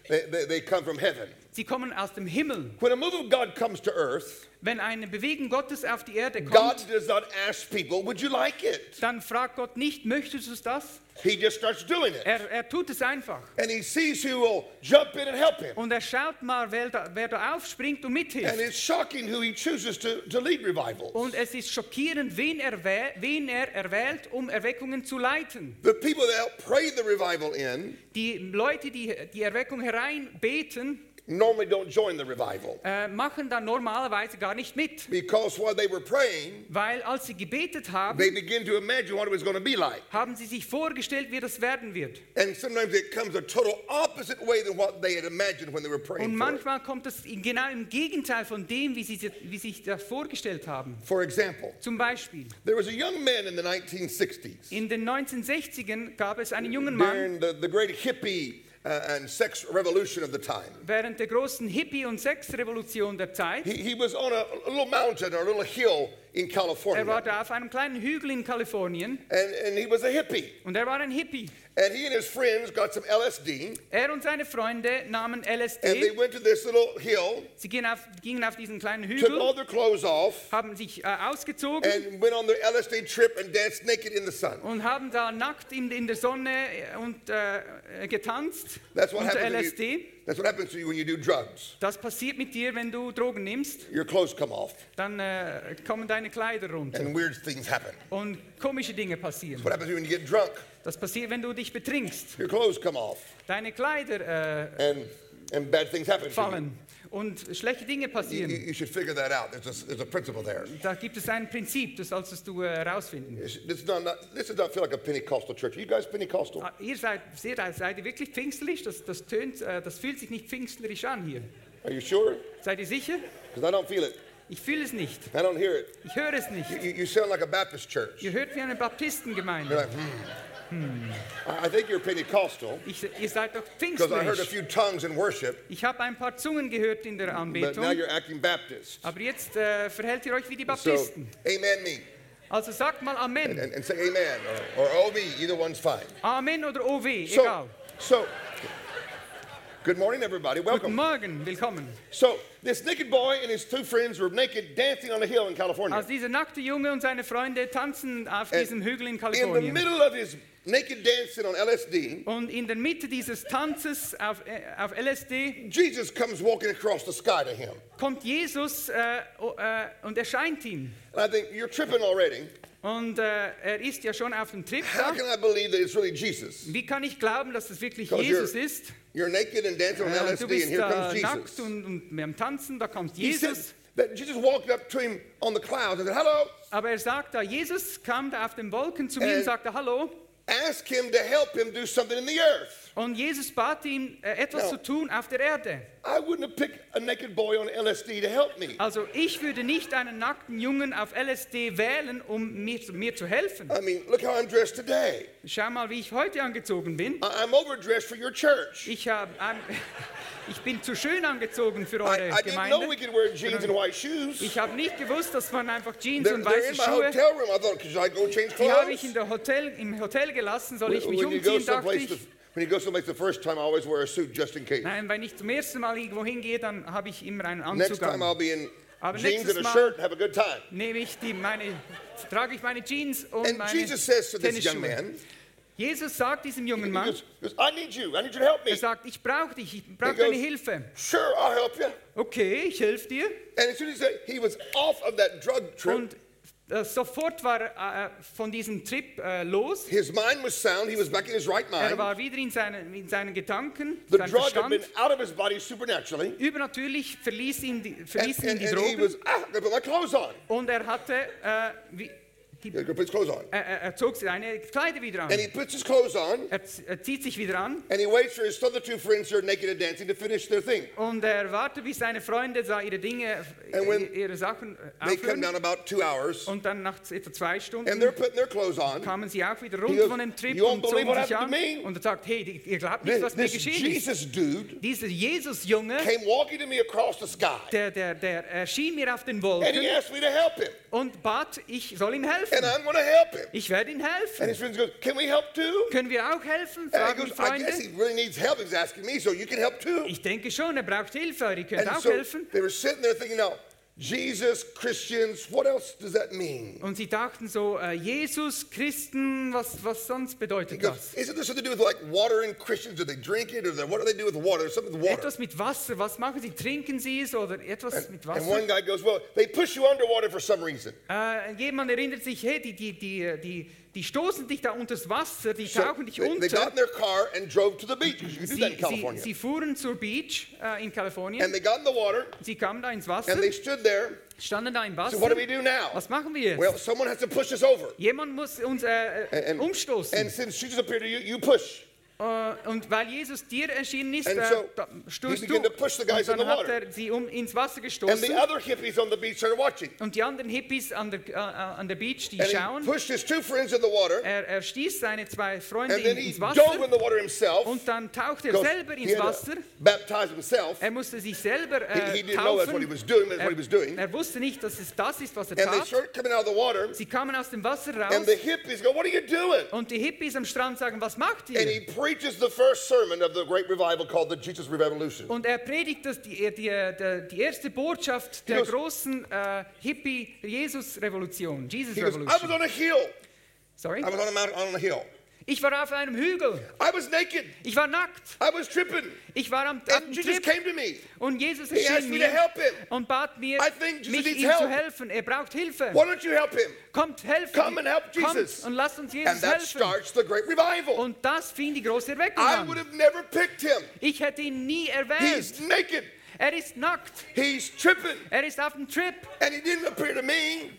S2: They, they, they come from heaven.
S3: Sie kommen aus dem Himmel.
S2: When a move of God comes to earth,
S3: Wenn eine Bewegung Gottes auf die Erde kommt,
S2: God does not ask people, Would you like it?
S3: dann fragt Gott nicht, möchtest du das?
S2: He just starts doing it.
S3: Er, er tut es einfach.
S2: And he sees who will jump in and help him.
S3: Und er schaut mal, wer da, wer da aufspringt
S2: And
S3: und mithilft.
S2: it's shocking who he chooses to, to lead revival.
S3: Und es ist schockierend, wen er, wäh- wen er erwählt, um Erweckungen zu leiten.
S2: The people that help pray the revival in
S3: Die Leute, die die Erweckung hereinbeten,
S2: normally don't join the revival.
S3: äh, machen dann normalerweise gar nicht mit.
S2: Because while they were praying,
S3: Weil als sie gebetet haben,
S2: they begin to imagine what it was going to be like.
S3: haben sie sich vorgestellt, wie das werden wird.
S2: And sometimes it comes a total opposite way than what they had imagined when they were
S3: Und
S2: praying. For, it.
S3: manchmal kommt es in- genau im Gegenteil von dem, wie sie, wie sich das vorgestellt haben.
S2: For example,
S3: Zum Beispiel,
S2: there was a young man in the 1960s
S3: in den 1960ern gab es einen jungen Mann,
S2: during the, the great hippie uh, and sex revolution of the time.
S3: während der großen Hippie- und Sexrevolution der Zeit.
S2: He, he was on a, a little mountain or a little hill in
S3: Er war
S2: California.
S3: da auf einem kleinen Hügel in Kalifornien
S2: And, and he was a hippie.
S3: und er war ein Hippie.
S2: And he and his friends got some LSD
S3: Er und seine Freunde nahmen
S2: and they
S3: LSD.
S2: went to this little hill,
S3: Sie gingen auf, gingen auf diesen kleinen
S2: took
S3: Hügel,
S2: all their clothes off,
S3: haben sich äh, ausgezogen
S2: and went on their LSD trip and danced naked in the sun.
S3: und haben da nackt in, in der Sonne äh, und, äh, getanzt
S2: That's what
S3: unter
S2: happens when
S3: LSD.
S2: you, That's what happens to you when you do drugs.
S3: Das passiert mit dir, wenn du Drogen nimmst,
S2: Your clothes come off
S3: dann äh, kommen deine Kleider runter
S2: and weird things happen.
S3: und komische Dinge passieren.
S2: That's what happens to you when you get drunk.
S3: Das passiert, wenn du dich betrinkst,
S2: Your clothes come off
S3: deine Kleider äh,
S2: and, and bad things happen. To
S3: fallen und schlechte Dinge
S2: you. You,
S3: passieren.
S2: you should figure that out. There's a, there's a principle there.
S3: Da gibt es ein Prinzip, das solltest du äh, herausfinden.
S2: It's- This, does not, this does not feel like a Pentecostal church. Are you guys Pentecostal?
S3: Ah, Ihr seid, seht, ihr seid ihr wirklich pfingstlich? Das, das, tönt, äh, das fühlt sich nicht pfingstlerisch an hier.
S2: Are you sure?
S3: Seid ihr sicher?
S2: Because I don't feel it.
S3: Ich fühle es nicht.
S2: I don't hear it.
S3: Ich höre es nicht.
S2: You, you- you sound like a Baptist church.
S3: Ihr hört wie eine
S2: You're
S3: Baptistengemeinde.
S2: like, hmm. I I think you're Pentecostal
S3: Ich, ihr seid doch
S2: because I heard a
S3: pfingstlerisch.
S2: few tongues in worship,
S3: Ich habe ein paar Zungen gehört in der
S2: but now
S3: Anbetung,
S2: you're acting Baptist.
S3: aber jetzt äh, verhält ihr euch wie die
S2: So,
S3: Baptisten.
S2: amen me
S3: Also sagt mal
S2: and,
S3: Amen.
S2: and say amen or, or oh me. Either one's fine.
S3: Amen oder OW,
S2: So,
S3: egal.
S2: so, good morning, everybody.
S3: Guten
S2: Welcome.
S3: Morgen, willkommen.
S2: So, this naked boy and his two friends were naked dancing on a hill in California.
S3: Also dieser nackte Junge und seine Freunde tanzen auf
S2: And
S3: diesem Hügel in
S2: In the
S3: Kalifornien.
S2: middle of his naked dancing on LSD,
S3: Und in der Mitte dieses Tanzes auf, äh, auf LSD
S2: Jesus comes walking across the sky to him.
S3: kommt Jesus äh, o- äh, und erscheint ihm.
S2: And I think, you're tripping already.
S3: Und äh, er ist ja schon auf dem Trip
S2: How [laughs]
S3: da.
S2: can I believe that it's really Jesus?
S3: Wie kann ich glauben, dass es wirklich
S2: Because you're-
S3: Jesus ist?
S2: You're naked and dancing on
S3: Äh,
S2: LSD,
S3: du
S2: and
S3: bist
S2: here comes
S3: äh,
S2: Jesus.
S3: nackt und, und am Tanzen, da kommt
S2: He said
S3: Jesus.
S2: that Jesus walked up to him on the clouds and said, Hello,
S3: Aber er sagt da, Jesus kam da auf den Wolken zu mir
S2: And-
S3: und sagte Hallo.
S2: ask him to help him do something in the earth.
S3: Und Jesus bat ihn, äh, etwas
S2: Now-
S3: zu tun auf der Erde.
S2: I wouldn't have picked a naked boy on LSD to help me.
S3: Also ich würde nicht einen nackten Jungen auf LSD wählen, um mir, zu- mir zu helfen.
S2: I mean, look how I'm dressed today.
S3: Schau mal, wie ich heute angezogen bin.
S2: I- I'm overdressed for your church.
S3: Ich, hab, ein- [laughs] ich bin zu schön angezogen für
S2: I,
S3: eure
S2: I didn't know we
S3: Gemeinde.
S2: could wear jeans and white shoes.
S3: Ich habe nicht gewusst, dass man einfach Jeans
S2: They're,
S3: und
S2: they're
S3: weiße
S2: in my
S3: Schuhe,
S2: hotel room. I thought, could I go change
S3: die habe ich
S2: clothes?
S3: in der Hotel, im Hotel gelassen. Soll ich mich
S2: When you go
S3: umziehen, dachte
S2: someplace, the,
S3: ich.
S2: when you go someplace the first time, I always wear a suit just in case.
S3: Nein, wenn ich zum ersten Mal irgendwo hingehe, dann habe ich immer einen
S2: Next
S3: Anzug
S2: time I'll
S3: an.
S2: be in
S3: Aber
S2: jeans and
S3: nächstes
S2: a
S3: Mal-
S2: shirt and have a good time.
S3: Nehme ich die, meine, trage ich meine Jeans und
S2: And
S3: meine
S2: Jesus says to this young
S3: Tennisschuhe.
S2: man,
S3: Jesus sagt diesem jungen
S2: he
S3: Mann,
S2: goes, he goes, I need you. I need you to help me.
S3: Er sagt, ich brauche dich, ich brauche
S2: He goes-
S3: deine Hilfe.
S2: Sure, I'll help you.
S3: Okay, ich helfe dir.
S2: And as soon as he- he was off of that drug trip,
S3: Und äh, sofort war er äh, von diesem Trip äh, los.
S2: his mind was sound. He was back in his right
S3: Er
S2: mind.
S3: war wieder in seinen, in seinen Gedanken,
S2: The
S3: sein
S2: drug had been
S3: Verstand.
S2: out of his body supernaturally.
S3: Übernatürlich verließ ihn die,
S2: And,
S3: verließ ihn
S2: and,
S3: die
S2: and he
S3: Drogen.
S2: was, ah, I'm going to put my clothes on.
S3: Und er hatte, äh, wie, die,
S2: He's going to put his clothes on.
S3: er- er, er zog seine Kleider wieder an.
S2: And he puts his clothes on
S3: Er, z- er zieht sich wieder an.
S2: and he waits for his other two friends who are naked and dancing to finish their thing.
S3: Und er wartet, bis seine Freunde sa- ihre Dinge, äh,
S2: And when
S3: ihre Sachen äh,
S2: They come
S3: aufhören.
S2: down about two hours
S3: Und dann nach etwa zwei
S2: and
S3: Stunden
S2: they're putting their clothes on.
S3: kamen sie auch wieder runter
S2: goes,
S3: von dem Trip
S2: "You won't
S3: und zogen
S2: believe what
S3: sich an.
S2: happened to me."
S3: Und er sagt, hey, die- ihr glaubt nicht,
S2: This,
S3: was mir
S2: this
S3: geschehen ist.
S2: Jesus dude
S3: Dieser Jesus-Junge,
S2: came walking to me across the sky
S3: der, der, der erschien mir auf den
S2: and he
S3: Wolken
S2: asked me to help him.
S3: und bat, ich soll ihm helfen.
S2: And I'm going to help him.
S3: Ich werde ihm
S2: And
S3: helfen.
S2: his friends go, Can we help too?
S3: Können wir auch helfen?
S2: And he
S3: Fragen die
S2: goes, I guess
S3: Freunde.
S2: he really needs help. He's asking me, so you can help too.
S3: Ich denke schon, er braucht Hilfe, ihr könnt
S2: And
S3: auch
S2: so
S3: helfen.
S2: they were sitting there thinking, now, Jesus, Christians, what else does that mean?
S3: Und sie dachten so, äh, Jesus, Christen, was, was sonst
S2: He
S3: bedeutet
S2: goes,
S3: das?
S2: Isn't there something to do with like water and Christians? Do they drink it or they- what do they do with water? There's something with water.
S3: Etwas mit Wasser, was machen sie? Trinken sie es oder etwas
S2: And
S3: mit Wasser?
S2: one guy goes, Well, they push you underwater for some reason.
S3: Äh, jemand erinnert sich, hey, die, die, die, die, die stoßen dich da unters Wasser, die
S2: So
S3: tauchen dich
S2: they, they got
S3: unter.
S2: in their car and drove to the beach. 'cause You can do that
S3: Sie,
S2: in
S3: sie,
S2: California.
S3: sie fuhren zur Beach äh, in Kalifornien,
S2: And they got in the water
S3: sie kamen da ins Wasser,
S2: and they stood there.
S3: standen da im
S2: So
S3: Wasser.
S2: what do we do now?
S3: Was machen wir jetzt?
S2: Well, someone has to push us over.
S3: jemand muss uns äh, äh,
S2: And,
S3: umstoßen.
S2: and since Jesus appeared to you, you push.
S3: äh, und weil Jesus dir erschienen ist,
S2: And
S3: äh,
S2: so
S3: da
S2: he
S3: stößt du.
S2: began to push the guys
S3: und
S2: in the
S3: dann hat
S2: water.
S3: er sie um, ins Wasser
S2: And
S3: gestoßen.
S2: the other hippies on the beach started watching.
S3: und die anderen Hippies an der, äh, äh, an der Beach, die
S2: And
S3: schauen.
S2: he pushed his two friends in the water,
S3: er, er stieß seine zwei Freunde
S2: and
S3: in,
S2: then he
S3: ins Wasser
S2: dove in the water himself.
S3: und dann tauchte er
S2: because
S3: selber
S2: he
S3: ins
S2: had to
S3: Wasser.
S2: baptize himself.
S3: Er musste sich selber
S2: He,
S3: äh,
S2: he didn't know that's what he
S3: taufen.
S2: was doing. That's
S3: Er,
S2: what he was doing.
S3: er wusste nicht, dass es das ist, was er
S2: And they
S3: tat.
S2: started coming out of the water,
S3: Sie kamen aus dem Wasser raus
S2: and the hippies go, "What are you doing?"
S3: und die Hippies am Strand sagen, was macht
S2: And
S3: ihr?
S2: he preaches the first sermon of the great revival called the Jesus Revolution.
S3: Und er predigt das, die, die, die, die erste Botschaft der
S2: goes-
S3: großen äh, Hippie-Jesus-Revolution. Jesus
S2: He goes, "I was
S3: Revolution.
S2: on a hill.
S3: Sorry.
S2: I was on a mountain on a hill,
S3: Ich war auf einem Hügel.
S2: I was naked.
S3: Ich war nackt.
S2: I was tripping.
S3: Ich war am, am
S2: And Jesus
S3: Trip.
S2: came to me.
S3: Und Jesus
S2: He asked
S3: erschien
S2: me to
S3: mir
S2: help him.
S3: und bat mir,
S2: I think Jesus
S3: mich
S2: needs
S3: ihm zu
S2: help.
S3: helfen. Er braucht Hilfe.
S2: Why don't you help him?
S3: Kommt, helfen.
S2: Come and help Jesus.
S3: Kommt und lasst uns
S2: And
S3: Jesus
S2: that
S3: helfen.
S2: starts the great revival.
S3: Und das fing die große Erweckung
S2: I would
S3: an.
S2: have never picked him.
S3: Ich hätte ihn nie erwähnt.
S2: He's naked.
S3: Er ist nackt.
S2: He's tripping.
S3: Er ist auf dem Trip.
S2: And he didn't appear to me.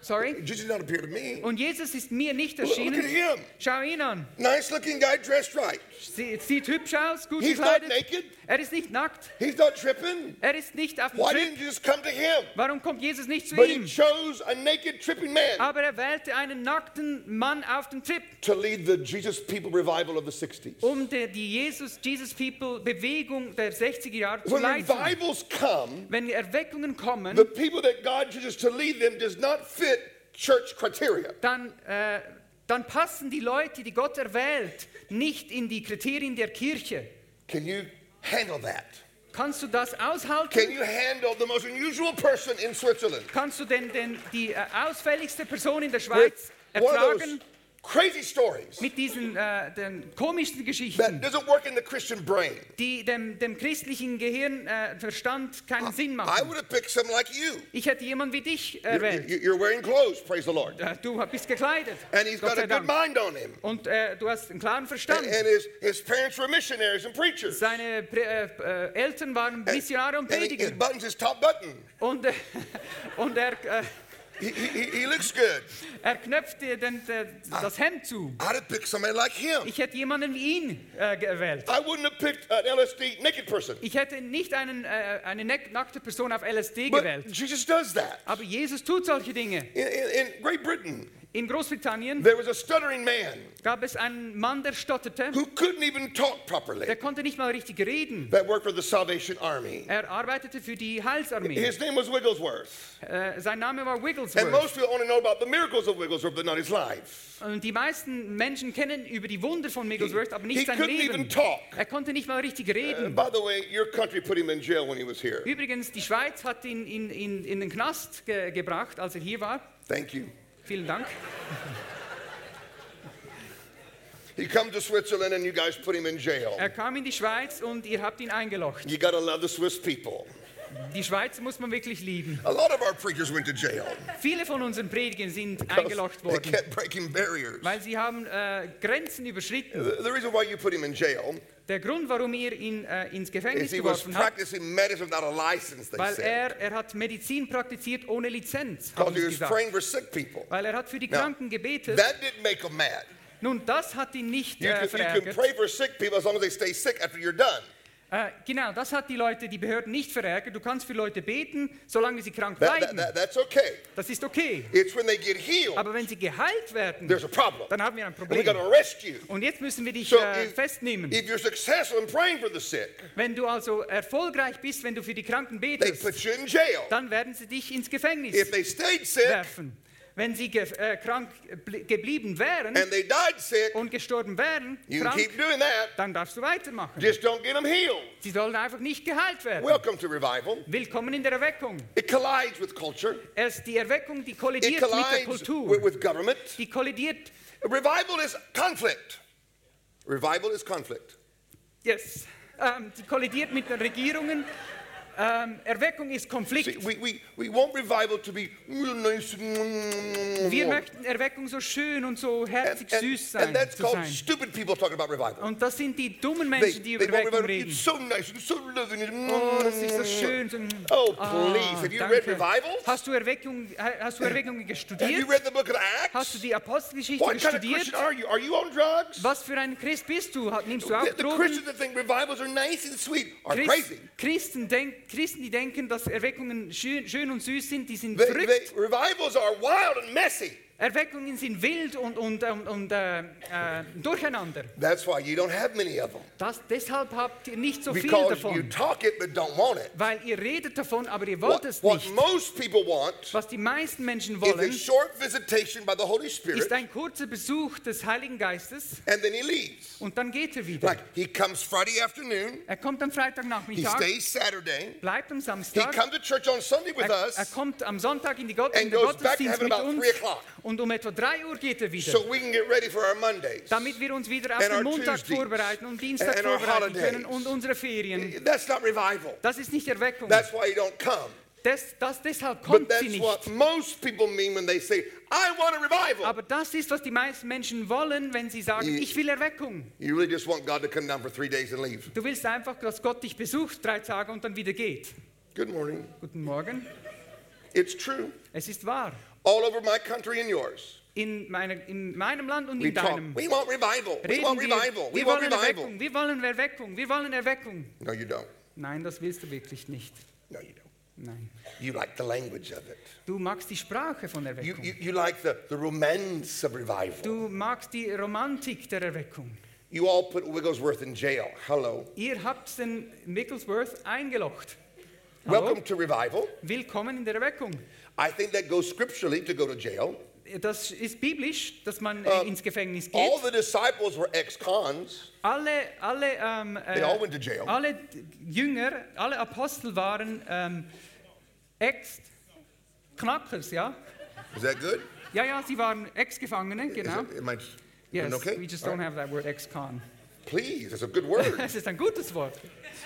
S3: Sorry.
S2: Jesus did not appear to me.
S3: Und Jesus ist mir nicht
S2: Look at
S3: erschienen.
S2: him.
S3: Schau ihn an.
S2: Nice looking guy dressed right.
S3: Sie, sieht hübsch aus, gut
S2: He's not
S3: gekleidet.
S2: naked.
S3: Er ist nicht nackt.
S2: He's not tripping.
S3: Er ist nicht auf dem
S2: Why
S3: Trip.
S2: didn't you just come to him?
S3: Warum kommt Jesus nicht zu
S2: But he
S3: ihm?
S2: chose a naked, tripping man
S3: Aber er wählte einen nackten Mann auf den Trip,
S2: to lead the Jesus people revival of the 60s.
S3: um der, die Jesus, Jesus People Bewegung der 60er Jahre zu
S2: When
S3: leiten.
S2: revivals come,
S3: Wenn Erweckungen kommen,
S2: the people that God chooses to lead them does not fit church criteria.
S3: dann, äh, dann passen die Leute, die Gott erwählt, nicht in die Kriterien der Kirche.
S2: Can you handle that?
S3: Kannst du das aushalten?
S2: Can you handle the most unusual person in Switzerland?
S3: Kannst du denn, denn die äh, ausfälligste Person in der Schweiz
S2: With one of those
S3: ertragen
S2: crazy stories
S3: mit diesen äh, den komischsten
S2: that
S3: Geschichten,
S2: doesn't work in the Christian brain.
S3: die dem, dem christlichen Gehirn, äh, Verstand keinen Sinn
S2: I
S3: machen?
S2: would have picked someone like you.
S3: Ich hätte jemanden wie dich
S2: You're,
S3: erwählt.
S2: you- you're wearing clothes, praise the Lord.
S3: Äh, Du bist gekleidet.
S2: And he's got
S3: Gott sei
S2: a good
S3: Dank.
S2: mind on him.
S3: Und äh, du hast einen klaren
S2: And,
S3: Verstand.
S2: and his, his parents were missionaries and preachers.
S3: Seine Prä- äh, äh, Eltern waren Missionare und
S2: And he, he
S3: Prediger.
S2: buttons his top button.
S3: Und, äh, [laughs] und er, äh,
S2: He, he, he- he looks good.
S3: er knöpfte den, den, das Hemd zu.
S2: I'd have picked somebody like him.
S3: Ich hätte jemanden wie ihn äh, gewählt.
S2: I wouldn't have picked an LSD naked person.
S3: Ich hätte nicht einen, äh, eine nack- nackte Person auf LSD
S2: But
S3: gewählt.
S2: Jesus does that.
S3: Aber Jesus tut solche Dinge.
S2: In, in, in Great Britain,
S3: In Großbritannien
S2: there was a stuttering man
S3: gab es einen Mann, der stotterte.
S2: who couldn't even talk properly
S3: Der konnte nicht mal richtig reden.
S2: that worked for the Salvation Army.
S3: Er arbeitete für die Heilsarmee.
S2: His name was Wigglesworth.
S3: Äh, sein Name war
S2: And
S3: Wigglesworth.
S2: most people only know about the miracles of Wigglesworth, but not his life.
S3: Und die meisten Menschen kennen über die Wunder von Wigglesworth, aber
S2: He
S3: nicht sein
S2: couldn't even
S3: Leben.
S2: talk.
S3: Er konnte nicht mal richtig
S2: Uh,
S3: reden.
S2: by the way, your country put him in jail when he was here.
S3: Übrigens, die Schweiz hat ihn in, in, in den Knast ge gebracht, als er hier war.
S2: Thank you.
S3: Vielen Dank.
S2: He comes to Switzerland and you guys put him in jail.
S3: Er kam in die Schweiz und ihr habt ihn eingelocht.
S2: You gotta love the Swiss people.
S3: Die Schweiz muss man wirklich lieben.
S2: A lot of our preachers went to jail.
S3: Viele von unseren Predigern sind
S2: 'cause
S3: eingelocht
S2: They
S3: worden,
S2: kept breaking barriers.
S3: weil sie haben äh, Grenzen überschritten.
S2: The the reason why you put him in jail
S3: Der Grund, warum ihr ihn äh, ins
S2: is
S3: Gefängnis
S2: he was
S3: geworfen habt,
S2: practicing medicine without a license, they
S3: weil
S2: said.
S3: er, er hat Medizin praktiziert ohne Lizenz,
S2: Because
S3: haben
S2: he
S3: sie
S2: was
S3: gesagt.
S2: praying for sick people.
S3: Weil er hat für die
S2: Now,
S3: Kranken gebetet.
S2: That didn't make him mad.
S3: Nun, das hat ihn nicht
S2: You,
S3: äh,
S2: can, you can
S3: verärgert.
S2: pray for sick people as long as they stay sick after you're done.
S3: Äh, genau, das hat die Leute, die Behörden nicht verärgert. Du kannst für Leute beten, solange sie krank
S2: That, that,
S3: bleiben.
S2: that, that's okay.
S3: Das ist okay.
S2: It's when they get healed,
S3: Aber wenn sie geheilt werden,
S2: there's a problem.
S3: dann haben wir ein
S2: And we
S3: Problem.
S2: gotta arrest you.
S3: Und jetzt müssen wir dich
S2: So
S3: äh,
S2: if-
S3: festnehmen.
S2: If you're successful in praying for the sick,
S3: wenn du also erfolgreich bist, wenn du für die Kranken
S2: they
S3: betest,
S2: put you in jail.
S3: dann werden sie dich ins Gefängnis
S2: If they stayed sick
S3: werfen. Wenn sie ge äh, krank bl- geblieben wären
S2: and they died sick,
S3: und gestorben wären,
S2: you can
S3: krank,
S2: keep doing that.
S3: dann darfst du weitermachen.
S2: Just don't get them healed.
S3: Sie sollen einfach nicht geheilt werden.
S2: Welcome to revival.
S3: Willkommen in der Erweckung.
S2: It collides with culture.
S3: Es die Erweckung, die
S2: It
S3: kollidiert mit der
S2: collides
S3: Kultur.
S2: with, with government.
S3: die kollidiert.
S2: Revival is conflict. Revival is conflict.
S3: Yes. Ähm, die kollidiert mit den Regierungen. Ähm, Erweckung ist Konflikt.
S2: See, we, we, we want revival to be mm, nice.
S3: Wir
S2: mm,
S3: möchten Erweckung so schön und so
S2: And,
S3: herzig
S2: and,
S3: süß
S2: and
S3: sein,
S2: that's
S3: zu
S2: called
S3: sein.
S2: stupid people talking about revival.
S3: Und das sind die dummen
S2: They,
S3: Menschen, die
S2: they
S3: über
S2: want
S3: Erweckung
S2: revival.
S3: reden.
S2: It's so nice and so loving. and
S3: Oh, das ist so
S2: mm.
S3: schön. So,
S2: Oh,
S3: Ah,
S2: please. Have you read
S3: danke.
S2: revivals?
S3: Hast du Erweckung, hast du Erweckung
S2: Have you
S3: gestudiert?
S2: read the book of
S3: Hast du
S2: Acts?
S3: die Apostelgeschichte
S2: What kind of
S3: studiert?
S2: Christian are you? Are you on drugs?
S3: Was für ein Christ bist du? Hat- Nimmst du auch
S2: The, the Christians
S3: Drogen?
S2: that think revivals are nice and sweet are
S3: Christ,
S2: crazy.
S3: Christen, denk, Christen, die denken, dass Erweckungen schön, schön und süß sind, die sind
S2: They,
S3: verrückt.
S2: they, revivals are wild and messy.
S3: Erweckungen sind wild und, und, und, und äh, äh, durcheinander.
S2: That's why you don't have many of them.
S3: Das, deshalb habt ihr nicht so viel
S2: Because you
S3: davon,
S2: talk it but don't want it.
S3: weil ihr redet davon, aber ihr wollt
S2: What,
S3: es
S2: what
S3: nicht.
S2: most people want
S3: Was die meisten Menschen
S2: is a
S3: wollen,
S2: short visitation by the Holy Spirit
S3: ist ein kurzer Besuch des Heiligen Geistes
S2: and then he leaves.
S3: und dann geht er wieder.
S2: Like he comes Friday afternoon,
S3: Er kommt am
S2: he
S3: Freitagnachmittag,
S2: stays Saturday,
S3: bleibt am
S2: he
S3: Samstag,
S2: comes to church on Sunday with
S3: er, er
S2: us,
S3: kommt am Sonntag in, die Gott, in
S2: and
S3: den
S2: goes back to
S3: Gottesdienst
S2: heaven
S3: mit
S2: about
S3: uns
S2: 3 o'clock.
S3: Und um etwa 3 Uhr geht er wieder,
S2: so we can get ready for our Mondays.
S3: damit wir uns wieder auf
S2: And
S3: den
S2: our
S3: Montag
S2: Tuesdays.
S3: vorbereiten und Dienstag
S2: And our
S3: vorbereiten können
S2: holidays.
S3: und unsere Ferien.
S2: Eh, That's not revival.
S3: Das ist nicht Erweckung.
S2: That's why you don't come.
S3: Des- das, deshalb
S2: But
S3: kommt sie
S2: that's
S3: nicht.
S2: what most people mean when they say, I want a revival.
S3: Aber das ist, was die meisten Menschen wollen, wenn sie sagen,
S2: Ihr-
S3: ich will Erweckung.
S2: You really just want God to come down for three days and leave.
S3: Du willst einfach, dass Gott dich besucht, drei Tage und dann wieder geht.
S2: Good morning.
S3: Guten Morgen.
S2: It's true.
S3: Es ist wahr.
S2: All over my country and yours.
S3: In, meiner, in meinem Land und
S2: We,
S3: in
S2: talk,
S3: deinem.
S2: we want revival. We want revival.
S3: wir,
S2: We
S3: wir
S2: want
S3: wollen
S2: revival.
S3: Erweckung, wir wollen Erweckung, wir wollen Erweckung.
S2: No, you don't.
S3: Nein, das willst du wirklich nicht.
S2: No, you don't.
S3: Nein.
S2: You like the language of it.
S3: Du magst die Sprache von
S2: You,
S3: Erweckung.
S2: you, you like the, the romance of revival.
S3: du magst die Romantik der Erweckung.
S2: You all put Wigglesworth in jail. Hello.
S3: Ihr habt den Micklesworth eingelocht. Hallo?
S2: Welcome to revival.
S3: Willkommen in der Erweckung.
S2: I think that goes scripturally to go to jail.
S3: Das ist biblisch, dass man äh,
S2: Um,
S3: ins Gefängnis geht.
S2: All the disciples were ex cons.
S3: alle, alle, ähm, äh,
S2: They all went to jail.
S3: alle Jünger, alle Apostel waren ähm, Ex-Knackers, ja?
S2: Is that good?
S3: Ja, ja, sie waren Ex-Gefangene,
S2: Is
S3: genau.
S2: it, am I,
S3: Yes,
S2: okay?
S3: we just
S2: All
S3: don't
S2: right.
S3: have that word ex-con. [laughs]
S2: Please, it's a good word.
S3: Das ist ein gutes Wort.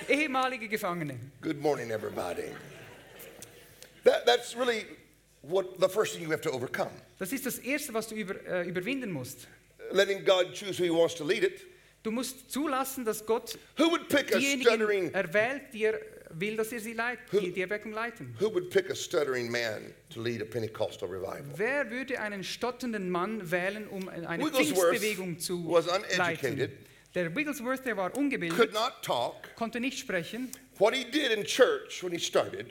S3: Ehemalige Gefangene.
S2: good morning, everybody. That, that's really what the first thing you have to overcome.
S3: Das ist das Erste, was du über, äh, überwinden musst.
S2: Letting God choose who He wants to lead it.
S3: Du musst zulassen, dass Gott
S2: Who would pick a
S3: diejenigen
S2: stuttering?
S3: erwählt, die er will, dass er sie leit,
S2: Who-
S3: die, die Erweckung leiten.
S2: Who would pick a stuttering man to lead a Pentecostal revival?
S3: Wer würde einen stotternden Mann wählen, um eine
S2: Wigglesworth
S3: Pfingstbewegung zu
S2: was uneducated.
S3: leiten? Der Wigglesworth, der war
S2: Could
S3: ungebildet,
S2: not talk.
S3: konnte nicht sprechen.
S2: What he did in church when he started,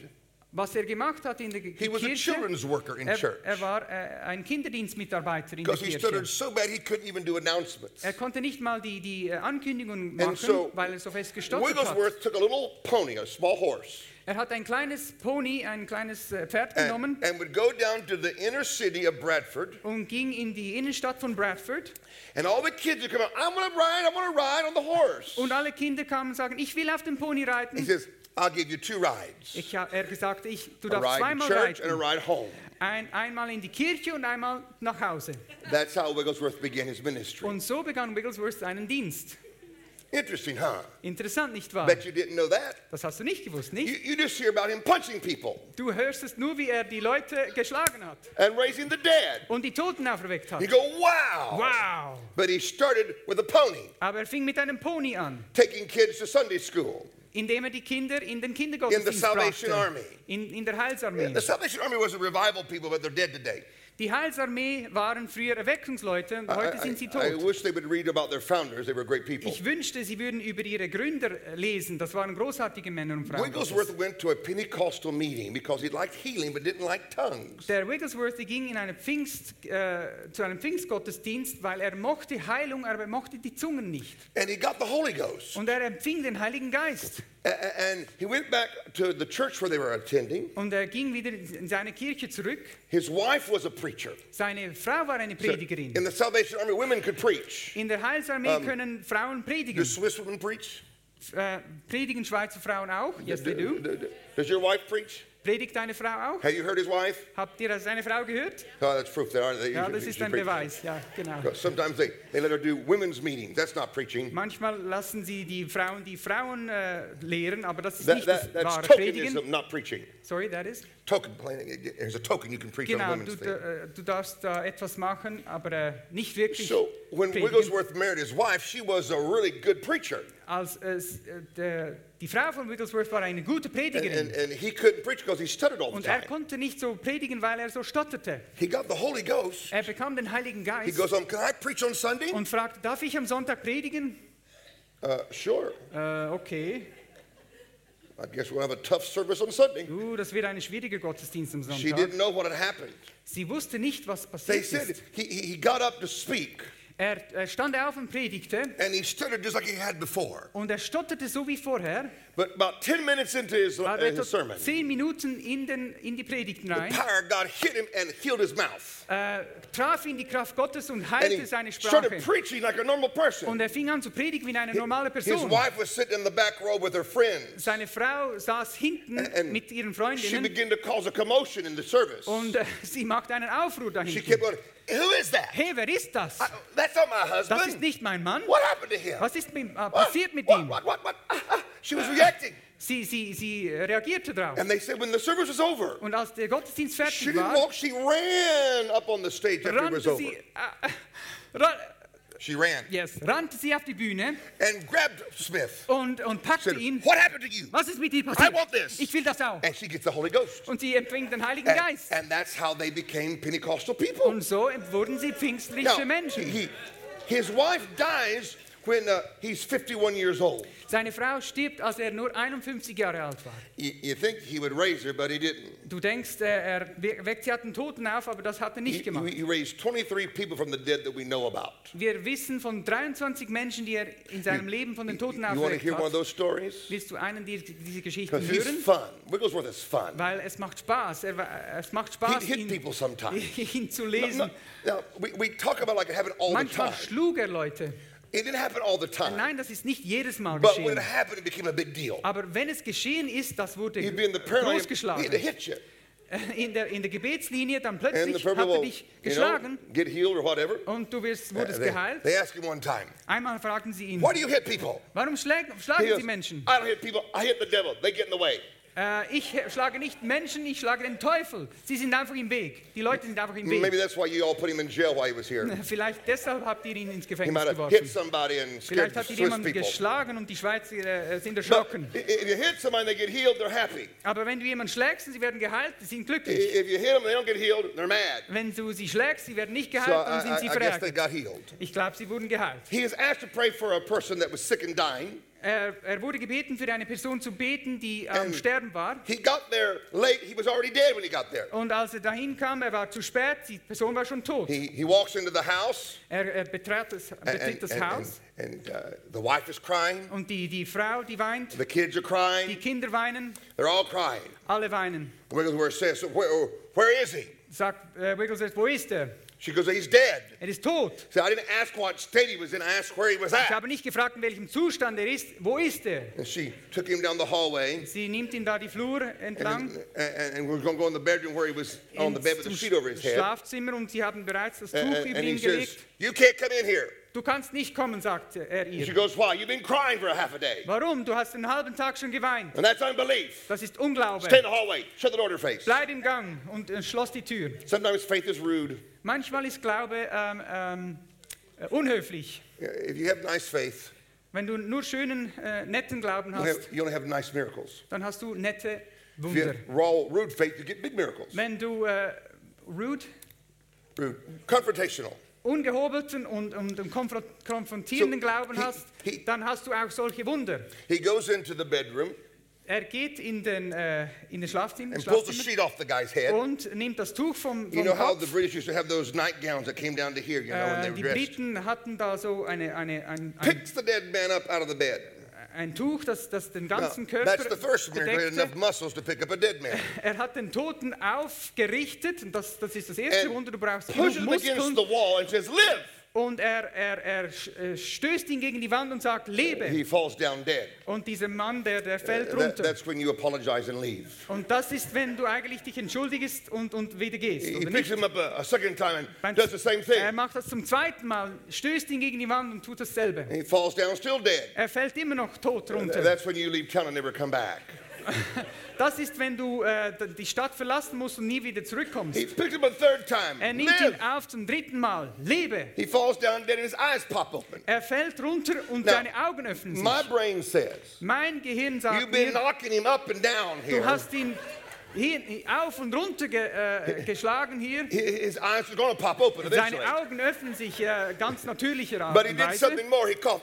S3: Was er gemacht hat in der Ge-
S2: he was a
S3: Kirche,
S2: children's worker in
S3: er,
S2: church
S3: er war äh, ein Kinderdienstmitarbeiter in der
S2: because he stuttered
S3: Kirche.
S2: so bad he couldn't even do announcements.
S3: Er konnte nicht mal die, die äh, Ankündigungen
S2: And
S3: machen,
S2: so,
S3: weil er so fest gestottert hat.
S2: Wigglesworth took a little pony, a small horse,
S3: Er hat ein kleines Pony, ein kleines äh, Pferd genommen
S2: and, and would go down to the inner city of Bradford,
S3: und ging in die Innenstadt von Bradford.
S2: and all the kids would come out, I'm gonna ride, I'm gonna ride on the horse.
S3: Und alle Kinder kamen und sagten, ich will auf dem Pony
S2: He
S3: reiten.
S2: says, I'll give you two rides.
S3: Ich, hab- er gesagt, ich, du
S2: A
S3: darfst
S2: ride in
S3: zweimal
S2: church and a
S3: reiten.
S2: ride home.
S3: Ein, einmal in die Kirche und einmal nach Hause.
S2: That's how Wigglesworth began his ministry.
S3: Und so begann Wigglesworth seinen Dienst.
S2: Interesting, huh?
S3: Interessant, nicht wahr?
S2: Bet you didn't know that.
S3: Das hast du nicht gewusst,
S2: You,
S3: nicht?
S2: you just hear about him punching people
S3: Du hörst es nur, wie er die Leute geschlagen hat
S2: and raising the dead.
S3: und die Toten auferweckt
S2: You
S3: hat.
S2: go, wow.
S3: Wow!
S2: But he started with a pony,
S3: Aber er fing mit einem Pony an,
S2: taking kids to Sunday school.
S3: indem er die Kinder in den Kindergottesdienst
S2: Salvation
S3: brachte.
S2: Army.
S3: In, in der Heilsarmee.
S2: The Salvation Army was a revival people, but they're dead today.
S3: Die Heilsarmee waren früher Erweckungsleute und heute
S2: I-
S3: sind sie
S2: I- I
S3: tot.
S2: wish they would read about their founders. They were great people.
S3: Ich wünschte, sie würden über ihre Gründer äh, lesen. Das waren großartige Männer und Frauen. Gottes.
S2: Wigglesworth went to a Pentecostal meeting because he liked healing but didn't like tongues.
S3: Der Wigglesworth der ging in eine Pfingst, äh, zu einem Pfingstgottesdienst, weil er mochte Heilung, aber er mochte die Zungen nicht.
S2: And he got the Holy Ghost.
S3: Und er empfing den Heiligen Geist.
S2: A- a- And he went back to the church where they were attending.
S3: Und er ging wieder in seine Kirche zurück.
S2: His wife was a preacher.
S3: Seine Frau war eine
S2: So
S3: Predigerin.
S2: in the Salvation Army, women could preach.
S3: In der Heilsarmee
S2: Ähm,
S3: können Frauen predigen.
S2: Do Swiss women preach?
S3: F- Äh, predigen Schweizer Frauen auch? Yes, they do.
S2: D- d- Does your wife preach?
S3: Predigt deine Frau auch?
S2: Have you heard his wife?
S3: Habt ihr das seine Frau gehört?
S2: Oh, that's proof that aren't they?
S3: Ja,
S2: usually-
S3: das ist
S2: usually
S3: ein
S2: preach.
S3: Beweis. Ja, genau.
S2: Because Sometimes they, they let her do women's meetings. That's not preaching.
S3: Manchmal lassen sie die Frauen die Frauen äh, lehren, aber das ist
S2: That,
S3: nicht
S2: that,
S3: das
S2: that's
S3: wahre
S2: tokenism,
S3: Predigen.
S2: not preaching.
S3: Sorry, that is.
S2: Token, there's a token you can preach on
S3: Genau,
S2: women's
S3: du,
S2: thing.
S3: äh, du darfst da etwas machen, aber äh, nicht wirklich.
S2: So when
S3: predigen.
S2: Wigglesworth married his wife, she was a really good preacher,
S3: Als äh, s- äh, der, die Frau von Wigglesworth war eine gute
S2: and,
S3: Predigerin
S2: and, and he couldn't preach because he stuttered all the
S3: und er
S2: time.
S3: konnte nicht so predigen, weil er so stotterte.
S2: He got the Holy Ghost.
S3: Er bekam den Heiligen
S2: He
S3: Geist
S2: goes on. Can I preach on Sunday?
S3: und fragte: Darf ich am Sonntag predigen?
S2: Uh, sure.
S3: Äh, okay.
S2: I guess we'll have a tough service on Sunday.
S3: Uh, das wird ein schwieriger Gottesdienst am
S2: She
S3: Sonntag.
S2: didn't know what had happened.
S3: Sie wusste nicht, was
S2: They
S3: passiert
S2: said
S3: ist.
S2: he, he he got up to speak,
S3: Er, er stand auf und predigte
S2: and he stuttered just like he had before.
S3: und er stotterte so wie vorher.
S2: But about 10 minutes into his, uh,
S3: Aber
S2: his
S3: etwa
S2: Äh, sermon, the
S3: zehn Minuten in, den, in die Predigt hinein
S2: power of God hit him and healed his mouth.
S3: äh, traf ihn die Kraft Gottes und
S2: And
S3: heilte seine
S2: he
S3: Sprache.
S2: started preaching like a normal person.
S3: Und er fing an zu predigen wie eine normale
S2: His
S3: Person.
S2: wife was sitting in the back row with her friends.
S3: Seine Frau saß hinten
S2: And
S3: mit ihren
S2: she
S3: Freundinnen
S2: began to cause a commotion in the service.
S3: und äh, sie macht einen Aufruhr
S2: She
S3: dahinten.
S2: kept going, Who is that?
S3: Hey, wer ist das?
S2: I- that's not my
S3: Das ist
S2: husband.
S3: nicht mein Mann.
S2: What happened to him?
S3: Was ist mit, äh,
S2: What?
S3: passiert mit
S2: what,
S3: ihm?
S2: What, what, what? Ah, ah. She was reacting.
S3: Sie, sie, sie reagierte darauf.
S2: And they said when the service was over,
S3: Und als der Gottesdienst
S2: she
S3: fertig
S2: didn't
S3: war,
S2: walk, she ran up on the stage after it was
S3: rannte
S2: over.
S3: sie, äh, ra-
S2: She ran
S3: yes, rannte sie auf die Bühne
S2: and grabbed Smith.
S3: und, und packte
S2: Said,
S3: ihn.
S2: What happened to you?
S3: Was ist mit dir passiert?
S2: I want this.
S3: Ich will das auch.
S2: And she gets the Holy Ghost.
S3: Und sie empfing den Heiligen
S2: And,
S3: Geist.
S2: and that's how they became Pentecostal people.
S3: Und so wurden sie pfingstliche Menschen.
S2: he, his wife dies when uh, he's 51 years old.
S3: Seine Frau stirbt, als er nur 51 Jahre alt war.
S2: You, you think he would raise her, but he didn't.
S3: Du denkst, äh, er we- weckt sie einen Toten auf, aber das hat er
S2: He,
S3: nicht gemacht.
S2: he raised 23 people from the dead that we know about.
S3: Wir wissen von 23 Menschen, die er in seinem Leben von den Toten
S2: you want to
S3: aufweckt
S2: hear one of
S3: hat.
S2: those stories?
S3: Willst du einen dieser diese Geschichten
S2: Because he's
S3: hören?
S2: fun. Wigglesworth is fun.
S3: Weil es macht Spaß. Er, war- es
S2: He
S3: macht Spaß,
S2: hit
S3: ihn,
S2: people sometimes.
S3: [laughs] ihn zu
S2: No,
S3: lesen.
S2: no, no, we, we talk about like it happened all the
S3: Manchmal
S2: time.
S3: schlug er Leute.
S2: It didn't happen all the time.
S3: Nein, das ist nicht jedes Mal
S2: But when
S3: geschehen.
S2: it happened, it became a big deal.
S3: Aber wenn es geschehen ist, das wurde
S2: You'd be in the prayer line, he'd
S3: großgeschlagen.
S2: hit you.
S3: [laughs] In der, in der Gebetslinie, dann
S2: And the
S3: plötzlich
S2: prayer
S3: hat er
S2: will,
S3: dich
S2: you know,
S3: geschlagen
S2: get healed or whatever.
S3: und du wirst,
S2: Uh,
S3: wurdest
S2: they,
S3: geheilt.
S2: they ask him one time,
S3: Einmal fragten sie ihn,
S2: why do you hit people?
S3: warum schläg,
S2: He
S3: schlagen
S2: goes,
S3: sie Menschen?
S2: I don't hit people. I hit the devil. They get in the way.
S3: Äh, ich schlage nicht Menschen, ich schlage den Teufel. Sie sind einfach im Weg. Die Leute sind einfach im
S2: Mm, Maybe
S3: Weg.
S2: that's why you all put him in jail while he was
S3: [laughs]
S2: here.
S3: Vielleicht deshalb habt ihr ihn ins
S2: He
S3: Gefängnis
S2: might have hit
S3: geworfen.
S2: somebody and scared
S3: Vielleicht
S2: the
S3: habt ihr
S2: Swiss
S3: jemanden
S2: people.
S3: geschlagen und die Schweizer äh, sind
S2: But
S3: erschrocken.
S2: i- if you hit somebody and they get healed, they're happy.
S3: Aber wenn du jemanden schlägst und sie werden geheilt, sie sind
S2: I-
S3: glücklich.
S2: If you hit them, they don't get healed, they're mad.
S3: Wenn du sie schlägst, sie werden nicht
S2: So äh,
S3: geheilt,
S2: I,
S3: dann sind
S2: I-
S3: sie
S2: I guess they
S3: verärgert.
S2: got healed.
S3: Ich glaube, sie wurden geheilt.
S2: He is asked to pray for a person that was sick and dying.
S3: Er, er wurde gebeten, für eine Person zu beten, die am
S2: And-
S3: Sterben war.
S2: He got there late. He was already dead when he got there.
S3: Und als er dahin kam, er war zu spät, die Person war schon tot.
S2: He, he walks into the house.
S3: Er, er betrat das,
S2: and-
S3: betritt das
S2: and, and,
S3: Haus
S2: and, and, uh, the wife is crying.
S3: und die, die Frau, die weint,
S2: The kids are
S3: die
S2: crying.
S3: Kinder weinen,
S2: They're all crying.
S3: alle weinen.
S2: Wigglesworth says, so where, where is he?
S3: Sagt äh, Wigglesworth, wo ist er?
S2: She goes, he's dead.
S3: Er ist tot.
S2: So I didn't ask what state he was in. I asked where he was
S3: Ich
S2: at.
S3: habe nicht gefragt, in welchem Zustand er ist. Wo ist er?
S2: And she took him down the hallway.
S3: Sie nimmt ihn da die Flur entlang.
S2: And, and, and we're going to go in the bedroom where he was on the
S3: ins-
S2: bed with
S3: zum
S2: the sheet over his head.
S3: Schlafzimmer und sie haben bereits das Tuch
S2: And,
S3: über
S2: and he
S3: ihn
S2: says,
S3: gelegt.
S2: You can't come in here.
S3: Du kannst nicht kommen, sagte er
S2: She
S3: ihr.
S2: goes, Why? You've been crying for a half a day.
S3: Warum? Du hast den halben Tag schon geweint.
S2: And that's unbelief.
S3: Das ist Unglaube.
S2: Stay in the hallway. Shut the door to her face.
S3: Bleib im Gang und äh, schloss die Tür.
S2: Sometimes faith is rude.
S3: Manchmal ist Glaube ähm, ähm, äh, unhöflich.
S2: If you have nice faith,
S3: Wenn du nur schönen, äh, netten Glauben
S2: you don't have,
S3: hast,
S2: you don't have nice miracles.
S3: dann hast du nette
S2: If you
S3: Wunder.
S2: have raw, rude faith, you get big miracles.
S3: Wenn du äh, rude,
S2: Rude. Confrontational.
S3: ungehobelten und, und, und konfron- konfrontierenden
S2: So,
S3: Glauben
S2: he-
S3: hast,
S2: he-
S3: dann hast du auch solche Wunder.
S2: He goes into the bedroom
S3: Er geht in den, äh, in den Schlafzimmer,
S2: and pulls the
S3: Schlafzimmer
S2: sheet off the guy's head.
S3: und nimmt das Tuch vom,
S2: You
S3: vom
S2: know how
S3: Kopf.
S2: the British used to have those nightgowns that came down to here, you know, when they were
S3: Äh, die
S2: dressed?
S3: Briten hatten da so eine, eine, ein, ein,
S2: Picks the dead man up out of the bed.
S3: ein Tuch, das, das den
S2: Now,
S3: ganzen Körper
S2: that's the first miracle. He had enough
S3: bedeckte.
S2: muscles to pick up a dead man.
S3: Er hat den Toten aufgerichtet, und das, das ist das erste
S2: And
S3: Wunder, du brauchst
S2: pushes
S3: genug
S2: him against the
S3: Muskeln.
S2: wall and says, Live!
S3: Und er, er, er sch- äh, stößt ihn gegen die Wand und sagt, lebe.
S2: He falls down dead.
S3: Und dieser Mann, der, der fällt
S2: That-
S3: runter.
S2: that's when you apologize and leave.
S3: Und das ist, wenn du eigentlich dich entschuldigst und, und wieder gehst,
S2: He
S3: oder
S2: picks
S3: nicht?
S2: him up a, a second time
S3: Beim-
S2: and does the same
S3: Er
S2: thing.
S3: macht das zum zweiten Mal, stößt ihn gegen die Wand und tut dasselbe.
S2: He falls down, still dead.
S3: Er fällt immer noch tot runter.
S2: That's when you leave town and never come back.
S3: Das ist, wenn du äh, d- die Stadt verlassen musst und nie wieder zurückkommst.
S2: He picks him up a third time.
S3: Er nimmt ihn
S2: Live!
S3: auf zum dritten Mal. Lebe!
S2: He falls down dead and his eyes pop open.
S3: Er fällt runter und
S2: Now,
S3: seine Augen öffnen sich.
S2: My brain says,
S3: Mein Gehirn sagt
S2: You've been
S3: mir,
S2: knocking him up and down
S3: du
S2: here.
S3: Uh, hast ihn hier auf und runter ge, äh, geschlagen hier.
S2: Hi- His eyes are going to pop open eventually.
S3: Seine Augen öffnen sich äh, ganz natürlicher Art
S2: But he
S3: und
S2: did
S3: Weise.
S2: something more. He coughed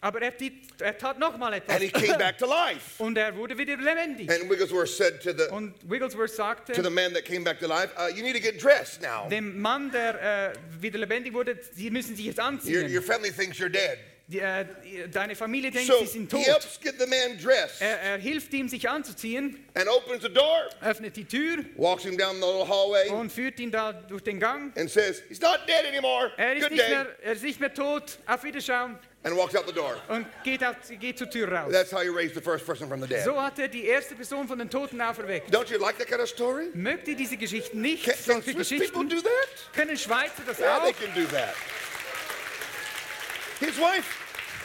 S3: Aber er, tit- er tat
S2: [coughs]
S3: nochmal
S2: and
S3: etwas.
S2: he came back to life.
S3: Und er wurde wieder lebendig.
S2: And Wigglesworth said to the,
S3: Und Wigglesworth sagte,
S2: to the man that came back to life, uh, You need to get dressed now.
S3: dem Mann, der äh, wieder lebendig wurde, Sie müssen sich jetzt
S2: Your,
S3: anziehen.
S2: your family thinks you're dead.
S3: Die, äh, deine Familie denkt,
S2: So
S3: sie sind
S2: he
S3: tot.
S2: helps get the man dressed
S3: Er, er hilft ihm, sich anzuziehen,
S2: and opens the door,
S3: öffnet die Tür
S2: walks him down the little hallway,
S3: und führt ihn da durch den Gang.
S2: and says, He's not dead anymore.
S3: Er ist,
S2: Good
S3: nicht
S2: day.
S3: mehr, er ist nicht mehr tot. Auf Wiederschauen
S2: And walks out the door.
S3: und geht, auf, geht zur Tür raus.
S2: That's how he raised the first person from the dead.
S3: So hat er die erste Person von den Toten auferweckt.
S2: Don't you like that kind of story?
S3: Mögt ihr diese Geschichten nicht?
S2: Can, can
S3: Solche
S2: Swiss people
S3: Geschichten
S2: do that?
S3: können Schweizer das
S2: Yeah, they
S3: auch.
S2: can do that. His wife,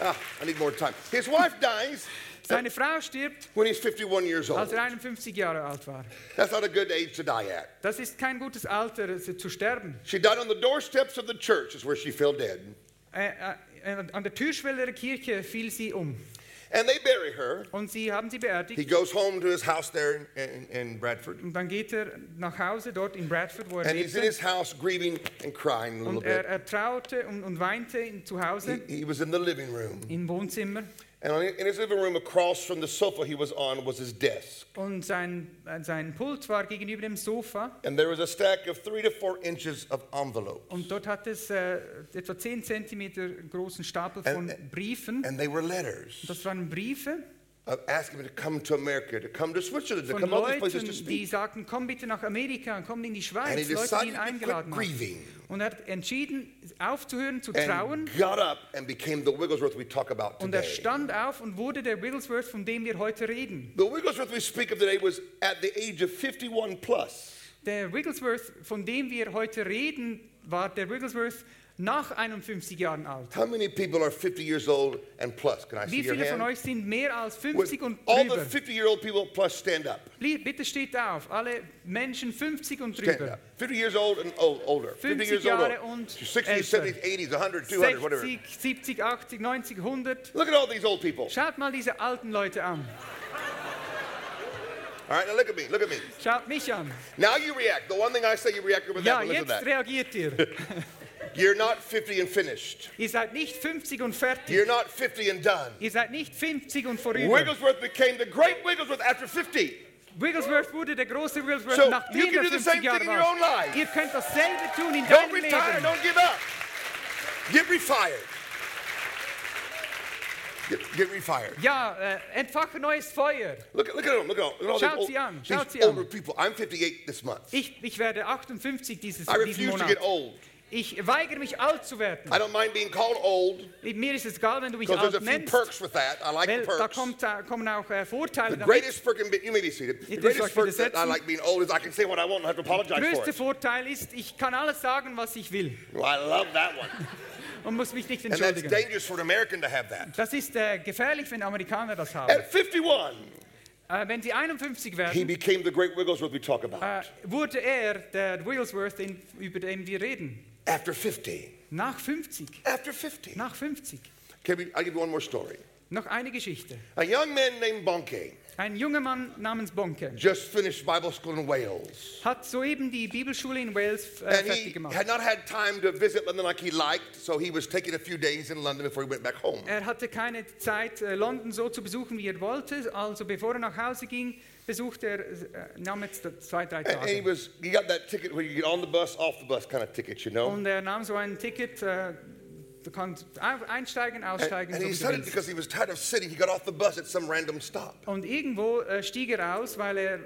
S2: ah, I need more time. His wife dies
S3: Seine Frau stirbt,
S2: when he's 51 years
S3: als
S2: old.
S3: er 51 Jahre alt war.
S2: That's not a good age to die at.
S3: Das ist kein gutes Alter äh, zu sterben.
S2: She died on the doorsteps of the church, is where she fell dead.
S3: Äh, äh, an der Türschwelle der Kirche fiel sie um
S2: And they bury her.
S3: und sie haben sie
S2: He
S3: beerdigt.
S2: goes home to his house there in, in, in Bradford.
S3: Und dann geht er nach Hause dort in Bradford, wo er
S2: And he's in
S3: lebte.
S2: his house grieving and crying a little
S3: Und er,
S2: bit.
S3: er traute und, und weinte in, zu Hause
S2: He, he was in the living room.
S3: im Wohnzimmer.
S2: And on- in his living room, across from the sofa he was on, was his desk.
S3: Und sein, äh, sein Pult war gegenüber dem Sofa.
S2: And there was a stack of three to four inches of envelopes.
S3: Und dort hat es äh, etwa 10 cm großen Stapel von
S2: And-
S3: Briefen.
S2: And they were letters
S3: Das waren Briefe
S2: of asking him to come to America, to come to Switzerland, to
S3: von
S2: come to all these places
S3: Leuten,
S2: to
S3: die
S2: speak.
S3: sagten, komm bitte nach Amerika, komm in
S2: And
S3: die
S2: he
S3: Schweiz. Leute, die
S2: decided
S3: ihn
S2: to quit
S3: eingeladen haben.
S2: grieving
S3: Und er hat entschieden, aufzuhören zu
S2: and
S3: trauen.
S2: got up and became the Wigglesworth we talk about
S3: Und er
S2: today.
S3: stand auf und wurde der Wigglesworth, von dem wir heute reden.
S2: The Wigglesworth we speak of today was at the age of 51 plus.
S3: Der Wigglesworth, von dem wir heute reden, war der Wigglesworth nach 51 Jahren alt.
S2: How many people are 50 years old and plus? Can I see
S3: Wie
S2: your
S3: viele von
S2: hand?
S3: euch sind mehr als
S2: Would
S3: 50 und
S2: all the
S3: drüber?
S2: 50 year old people plus stand up.
S3: Li- Bitte steht auf, alle Menschen 50 und
S2: Stand
S3: drüber.
S2: up. 50 years old and old, older. 50 years
S3: 50
S2: old.
S3: Jahre
S2: old.
S3: und
S2: 60s,
S3: älter.
S2: 70s, 80s, 100, 200, whatever.
S3: 60, 70, 80, 90, 100.
S2: Look at all these old people.
S3: Schaut mal diese alten Leute an.
S2: All right, now look at me. Look at me.
S3: Schaut mich an.
S2: Now you react. The one thing I say you react with
S3: Ja,
S2: that. Listen to
S3: jetzt
S2: that.
S3: reagiert ihr.
S2: You're not 50 and finished.
S3: Ihr seid nicht 50 und fertig.
S2: You're not 50 and done.
S3: Ihr seid nicht 50 und vorüber.
S2: Wigglesworth became the great Wigglesworth after 50.
S3: Wigglesworth wurde der große Wigglesworth,
S2: So, you
S3: nachdem
S2: can
S3: er
S2: do the
S3: 50
S2: same thing
S3: Jahre
S2: in your own
S3: war.
S2: life.
S3: Ihr könnt dasselbe tun in
S2: Don't
S3: deinem
S2: retire.
S3: Leben.
S2: Don't give up. Get refired. Get, get refired.
S3: Ja, äh, entfache neues Feuer.
S2: Look, look at them. Look at all, look at all
S3: Schaut
S2: these,
S3: sie an,
S2: these
S3: schaut sie an.
S2: older people. I'm 58 this month.
S3: Ich, ich werde 58 dieses,
S2: I
S3: diesen
S2: refuse to
S3: Monat.
S2: get old.
S3: Ich weigere mich alt zu werden.
S2: I don't mind being called old
S3: Mir ist es egal, wenn du mich
S2: because
S3: alt
S2: there's a few
S3: nennst.
S2: perks with that. I like
S3: Weil
S2: the
S3: da
S2: perks.
S3: kommt, äh, kommen auch äh, Vorteile.
S2: The
S3: damit.
S2: greatest perk, in be- you may be seated. The
S3: It is
S2: greatest
S3: like it
S2: perk
S3: is
S2: that I
S3: said.
S2: like being old is I can say what I want and I don't have to
S3: Der
S2: apologize for
S3: größte
S2: it.
S3: Vorteil ist, ich kann alles sagen, was ich will
S2: Well, I love that one.
S3: und muss mich nicht
S2: And that's
S3: entschuldigen.
S2: dangerous for an American to have that.
S3: Das ist äh, gefährlich, wenn Amerikaner das haben.
S2: At 51,
S3: Äh, wenn sie 51
S2: he
S3: werden,
S2: became the great Wigglesworth we talk about.
S3: äh, wurde er der Wigglesworth, den, über den wir reden.
S2: After 50.
S3: Nach 50.
S2: After 50.
S3: Nach 50.
S2: Can we, I'll give you one more story.
S3: Noch eine Geschichte.
S2: A young man named Bonke
S3: Ein junger Mann namens Bonke
S2: just finished Bible school in Wales.
S3: hat soeben die Bibelschule in Wales äh,
S2: And
S3: fertig
S2: he
S3: gemacht.
S2: had not had time to visit London like he liked, so he was taking a few days in London before he went back home.
S3: Er hatte keine Zeit, äh, London so zu besuchen, wie er wollte. Also bevor er nach Hause ging, besuchte er, äh, nahm jetzt zwei, drei
S2: And, and he
S3: Tage.
S2: was, he got that ticket where you get on the bus, off the bus kind of ticket, you know?
S3: Und er nahm so ein Ticket, äh, du kannst ein- einsteigen,
S2: And,
S3: aussteigen,
S2: and
S3: so
S2: he
S3: wie du
S2: decided
S3: willst.
S2: because he was tired of sitting, he got off the bus at some random stop.
S3: Und irgendwo äh, stieg er aus, weil er äh,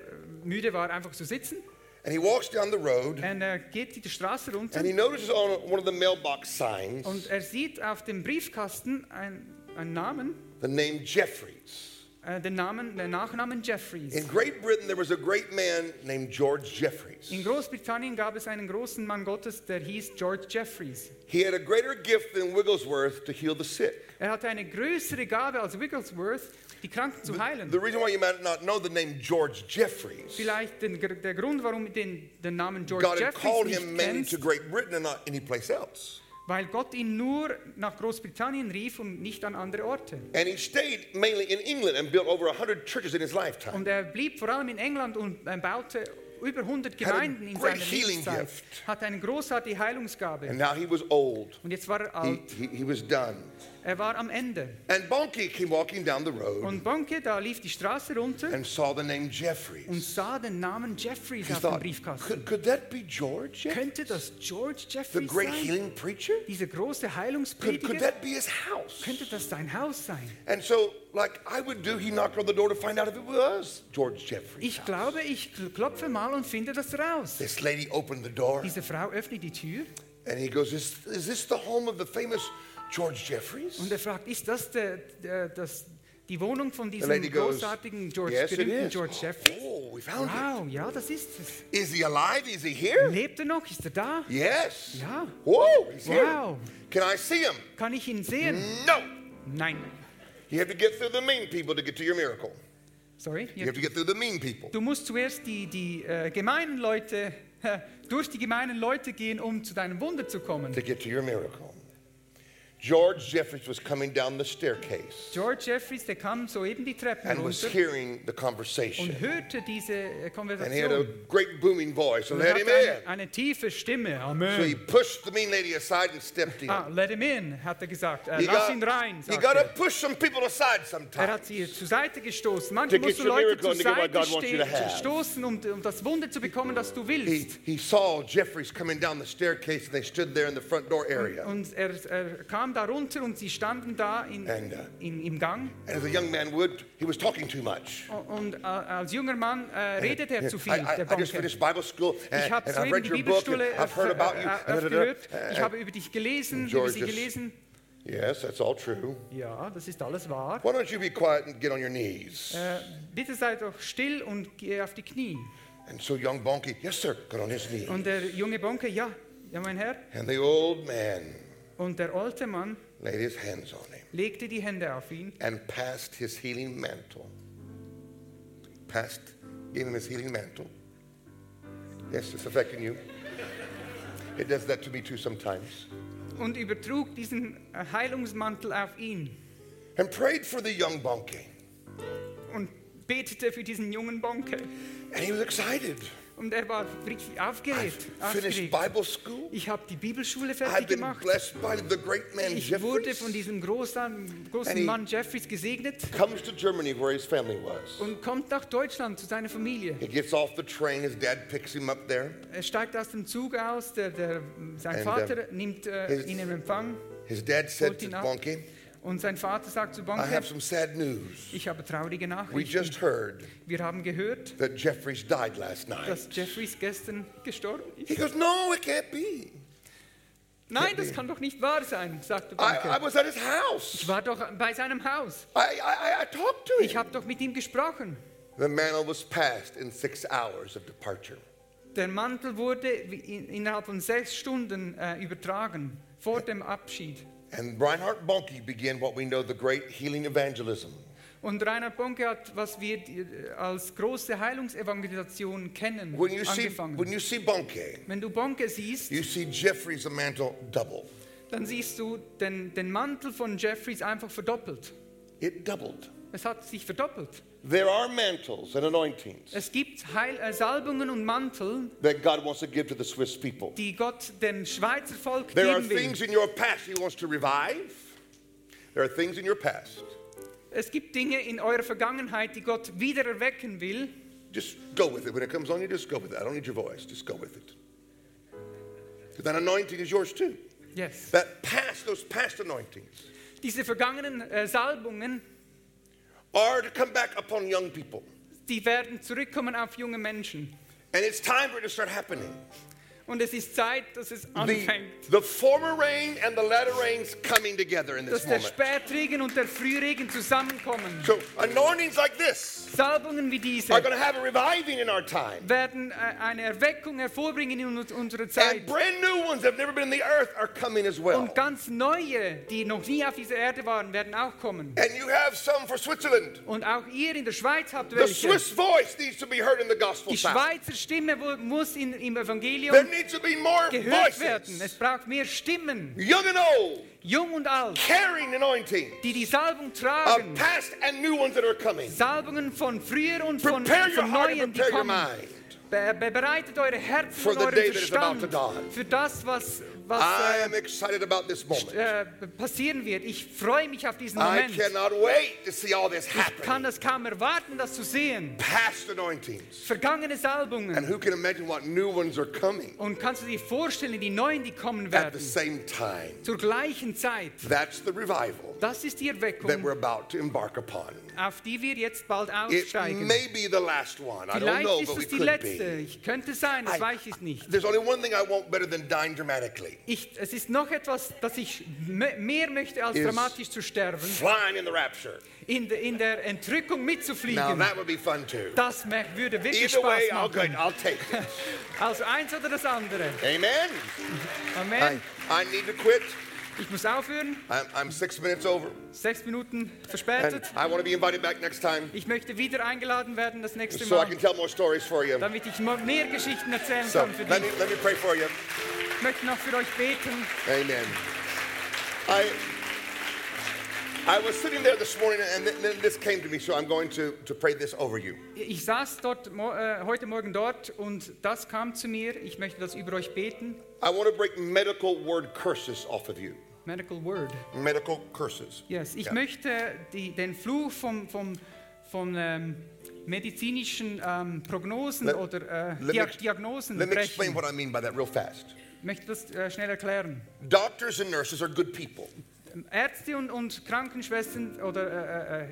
S3: müde war, einfach zu sitzen.
S2: And he walks down the road
S3: Und er geht die Straße runter
S2: and he notices on one of the mailbox signs
S3: und er sieht auf dem Briefkasten ein, einen Namen,
S2: the name Jeffries.
S3: äh, den Namen, den Nachnamen
S2: In
S3: Jeffries.
S2: Great Britain, there was a great man named George Jeffries.
S3: In Großbritannien gab es einen großen Mann Gottes, der hieß George Jeffries.
S2: He had a greater gift than Wigglesworth to heal the sick.
S3: Er hatte eine größere Gabe als Wigglesworth, die Kranken zu heilen.
S2: The reason why you might not know the name George Jeffries,
S3: Vielleicht den, Gr- der Grund, warum du den, den Namen George
S2: God had
S3: Jeffries
S2: called him
S3: nicht
S2: mainly to
S3: kennst,
S2: Great Britain and not any place else.
S3: weil Gott ihn nur nach Großbritannien rief und nicht an andere Orte.
S2: And he stayed mainly in England and built over 100 churches in his lifetime.
S3: Und er blieb vor allem in England und äh, baute über 100
S2: Had a
S3: Gemeinden in
S2: great
S3: seiner
S2: healing
S3: Lebenszeit,
S2: gift.
S3: hat eine großartige
S2: And
S3: Heilungsgabe.
S2: now he was old.
S3: Und jetzt war er
S2: He,
S3: alt
S2: he, he was done.
S3: Er war am Ende.
S2: And Bonke came walking down the road
S3: Und Bonke, da lief die Straße runter
S2: and saw the name
S3: und
S2: Jeffries.
S3: sah den Namen Jeffries
S2: He
S3: auf dem
S2: thought,
S3: Briefkasten.
S2: could, could that be George? Jeffries?
S3: Könnte das George
S2: The
S3: Jeffries
S2: great
S3: sein?
S2: healing preacher?
S3: Dieser große
S2: Could, could
S3: Heilungsprediger?
S2: that be his house?
S3: Könnte das sein Haus sein?
S2: And so, like I would do, he knocked on the door to find out if it was George Jeffries.
S3: Ich glaube, ich kl- klopfe mal und finde das raus.
S2: This lady opened the door
S3: Diese Frau öffnet die Tür
S2: and he goes, is, is this the home of the famous George Jeffries?
S3: und er fragt, ist das, der, der, das die Wohnung von
S2: The
S3: diesem
S2: lady goes,
S3: großartigen George,
S2: yes, it
S3: berühmten
S2: is.
S3: George Jeffries?
S2: Oh, we found it.
S3: Wow, ja, das ist es.
S2: Is he alive? Is he here?
S3: Lebt er noch? Ist er da?
S2: Yes.
S3: Yeah.
S2: Whoa, he's
S3: Wow.
S2: here. Mm. Can I see him?
S3: Kann ich ihn sehen?
S2: No.
S3: Nein.
S2: You have to get through the mean people to get to your miracle.
S3: Sorry.
S2: You have to get through the mean people.
S3: Du musst zuerst die, die äh, gemeinen Leute, [laughs] durch die gemeinen Leute gehen, um zu deinem Wunder zu kommen.
S2: to get to your miracle. George Jeffries was coming down the staircase
S3: George Jeffries, der kam soeben die Treppen
S2: and was
S3: runter
S2: hearing the
S3: und
S2: conversation.
S3: hörte diese äh,
S2: And he had a
S3: Konversation.
S2: great booming voice. So
S3: Und er
S2: let
S3: hatte
S2: him in.
S3: eine, eine tiefe Stimme.
S2: So he
S3: Amen.
S2: pushed the mean lady aside and stepped in.
S3: Uh, Ah, let him in, hat er gesagt. Äh,
S2: You
S3: lass
S2: got,
S3: ihn rein,
S2: you
S3: sagt
S2: got to
S3: er.
S2: push some people aside
S3: Er hat
S2: sometimes.
S3: sie zur Seite gestoßen. Manchmal
S2: To
S3: musst
S2: get
S3: du
S2: your
S3: Leute
S2: miracle
S3: zur
S2: and to get what
S3: Seite
S2: God wants you to
S3: ste-
S2: have.
S3: stoßen, um, um das Wunder zu bekommen, das du
S2: He,
S3: willst.
S2: he saw Jeffries coming down the staircase and they stood there in the front door area. And
S3: Und er, er kam da runter und sie standen da in,
S2: And, uh,
S3: in, im Gang.
S2: as a young man would, he was talking too much.
S3: O- Und äh, als junger Mann äh, redet er zu viel,
S2: I, I-
S3: der
S2: I just
S3: Bonke.
S2: finished Bible school
S3: Ich
S2: and,
S3: habe
S2: and I've
S3: soeben
S2: read
S3: die
S2: your book and
S3: Bibelstuhle
S2: I've heard about you.
S3: oft gehört. Ich habe über dich gelesen, über
S2: George
S3: sie
S2: uh, just-
S3: gelesen.
S2: Eh, Yes, that's all true.
S3: Ja, das ist alles wahr.
S2: Why don't you be quiet and get on your knees?
S3: Äh, bitte sei doch still und geh auf die Knie.
S2: and so young Bonky, yes, sir, got on his knee.
S3: Und der junge Bonke, ja, ja, mein Herr.
S2: And the old man
S3: Und der alte Mann
S2: laid his hands on him
S3: legte die Hände auf ihn
S2: and passed his healing mantle. Passed, gave him his healing mantle. Yes, it's affecting you. It does that to me too sometimes.
S3: und übertrug diesen äh, Heilungsmantel auf ihn
S2: And prayed for the young Bonky.
S3: und betete für diesen jungen Bonke.
S2: And he was excited.
S3: Und er war richtig
S2: I
S3: aufgeregt.
S2: finished
S3: aufgeregt.
S2: Bible school.
S3: Ich habe die Bibelschule
S2: I've
S3: fertig
S2: been
S3: gemacht.
S2: blessed by the great man
S3: Ich wurde
S2: Jeffries.
S3: von diesem großen,
S2: And he-
S3: großen Mann Jeffries gesegnet
S2: Comes to Germany where his family was.
S3: und kommt nach Deutschland zu seiner Familie.
S2: He gets off the train. His dad picks him up there.
S3: Er steigt aus dem Zug aus, der, der, sein
S2: And, um,
S3: Vater nimmt äh,
S2: his-
S3: ihn in Empfang
S2: His dad said
S3: Holt
S2: to
S3: ihn ab.
S2: Bonke,
S3: und sein Vater sagt zu
S2: I
S3: Bonke,
S2: have some sad news.
S3: ich habe traurige
S2: We
S3: Nachrichten.
S2: just heard
S3: Wir haben gehört,
S2: that Jeffries died last night.
S3: dass Jeffries gestern gestorben ist.
S2: He goes, No, it can't be.
S3: Nein, das kann doch nicht wahr sein, sagte
S2: I, I
S3: Bonke.
S2: was at his
S3: Ich
S2: house.
S3: war doch bei seinem Haus.
S2: I, I, I- I talked to
S3: Ich
S2: him.
S3: habe doch mit ihm gesprochen.
S2: The mantle was passed in six hours of departure.
S3: Der Mantel wurde wie in, innerhalb von sechs Stunden äh, übertragen, vor dem Abschied.
S2: And Reinhard Bonke began what we know the great healing evangelism.
S3: Und Reinhard Bonke hat, was wir die- als große Heilungsevangelisation kennen,
S2: When you see,
S3: angefangen.
S2: when you see Bonke,
S3: Wenn du Bonke siehst,
S2: you see Jeffries' mantle double.
S3: dann siehst du den, den Mantel von Jeffries einfach verdoppelt.
S2: It doubled.
S3: Es hat sich verdoppelt.
S2: There are mantles and anointings
S3: Es gibt Heil, äh, Salbungen und Mantel,
S2: that God wants to give to the Swiss people.
S3: die Gott dem Schweizer Volk
S2: There are
S3: geben will.
S2: things in your past he wants to revive. There are things in your past.
S3: Es gibt Dinge in eurer Vergangenheit, die Gott wieder erwecken will.
S2: Just go with it. When it comes on you, just go with it. I don't need your voice. Just go with it. 'Cause that anointing is yours too.
S3: Yes.
S2: That past, those past anointings
S3: Diese vergangenen äh, Salbungen,
S2: are to come back upon young people.
S3: die werden zurückkommen auf junge Menschen.
S2: And it's time for it to start happening.
S3: Und es ist Zeit, dass es
S2: The,
S3: anfängt.
S2: the former rain and the latter rain's coming together in this
S3: dass der
S2: moment.
S3: Spätregen und der Frühregen zusammenkommen.
S2: So anointings like this
S3: Salbungen wie diese
S2: are going to have a reviving in our time.
S3: werden äh, eine Erweckung hervorbringen in uns- unserer
S2: And
S3: Zeit.
S2: brand new ones that have never been in the earth are coming as well.
S3: Und ganz neue, die noch nie auf dieser Erde waren, werden auch kommen.
S2: And you have some for Switzerland.
S3: Und auch ihr in der Schweiz habt
S2: The
S3: welche.
S2: Swiss voice needs to be heard in the gospel
S3: Die
S2: sound.
S3: Schweizer Stimme wo- muss in, im Evangelium
S2: There needs to be more
S3: gehört werden. Es
S2: voices,
S3: braucht mehr Stimmen,
S2: young and old,
S3: jung und alt,
S2: carrying anointing
S3: die die Salbung
S2: of
S3: tragen.
S2: past and new ones that are coming.
S3: Salbungen von früher und von,
S2: Prepare your
S3: von
S2: heart and
S3: neuen, die
S2: prepare your
S3: kommen.
S2: mind.
S3: Be be- bereitet eure Herzen
S2: For
S3: und
S2: the
S3: euren
S2: day that is about
S3: Verstand
S2: to dawn.
S3: für das, was,
S2: I
S3: was
S2: am excited about this moment.
S3: äh, äh, passieren wird. Ich freue mich auf diesen
S2: I
S3: Moment.
S2: cannot wait to see all this
S3: Ich kann
S2: happen.
S3: das kaum erwarten, das zu sehen.
S2: Past anointings.
S3: Vergangene
S2: And
S3: Salbungen.
S2: who can imagine what new ones are coming
S3: Und kannst du dir vorstellen, die neuen, die kommen
S2: at the
S3: werden,
S2: same time?
S3: zur gleichen Zeit.
S2: That's the revival
S3: Das ist die
S2: that we're
S3: Erweckung,
S2: about to embark upon.
S3: auf die wir jetzt bald
S2: It
S3: aussteigen.
S2: may be the last one. I don't
S3: Vielleicht
S2: know,
S3: ist
S2: but we
S3: es die
S2: could be.
S3: letzte. Ich könnte sein, das
S2: I-
S3: weiß ich nicht.
S2: There's only one thing I want better than dying dramatically.
S3: Ich, es ist noch etwas, das ich me- mehr möchte, als
S2: Is-
S3: dramatisch zu sterben,
S2: Flying in the rapture.
S3: in, de, in der Entrückung
S2: Now
S3: mitzufliegen.
S2: that would be fun too.
S3: Das mär- würde wirklich
S2: Either way,
S3: Spaß
S2: I'll, go,
S3: machen.
S2: I'll take it.
S3: Also eins oder das andere.
S2: Amen. I,
S3: Amen.
S2: I need to quit.
S3: Ich muss aufhören.
S2: I'm, I'm six minutes over.
S3: Sechs Minuten
S2: And
S3: verspätet.
S2: I want to be invited back next time
S3: Ich möchte wieder eingeladen werden das nächste
S2: so I
S3: Mal,
S2: can tell more stories for you.
S3: damit ich mo- mehr Geschichten erzählen
S2: So
S3: kann für
S2: let me,
S3: dich.
S2: let me pray for you.
S3: Ich möchte noch für euch beten.
S2: Amen. I I was sitting there this morning and then, then this came to me, so I'm going to, to pray this over you.
S3: Ich saß dort mo äh, heute Morgen dort und das kam zu mir. Ich möchte das über euch beten.
S2: I want to break medical word curses off of you.
S3: Medical Word.
S2: Medical curses.
S3: Yes, ich
S2: Ja.
S3: möchte die, den Fluch vom, vom, von ähm, medizinischen ähm, Prognosen
S2: Let-
S3: oder äh,
S2: let me
S3: Diag-
S2: ex-
S3: Diagnosen
S2: Let me explain
S3: brechen.
S2: what I mean by that real fast.
S3: Ich möchte das äh, schnell erklären.
S2: Doctors and nurses are good people.
S3: Ärzte und, und Krankenschwestern oder äh, äh, äh,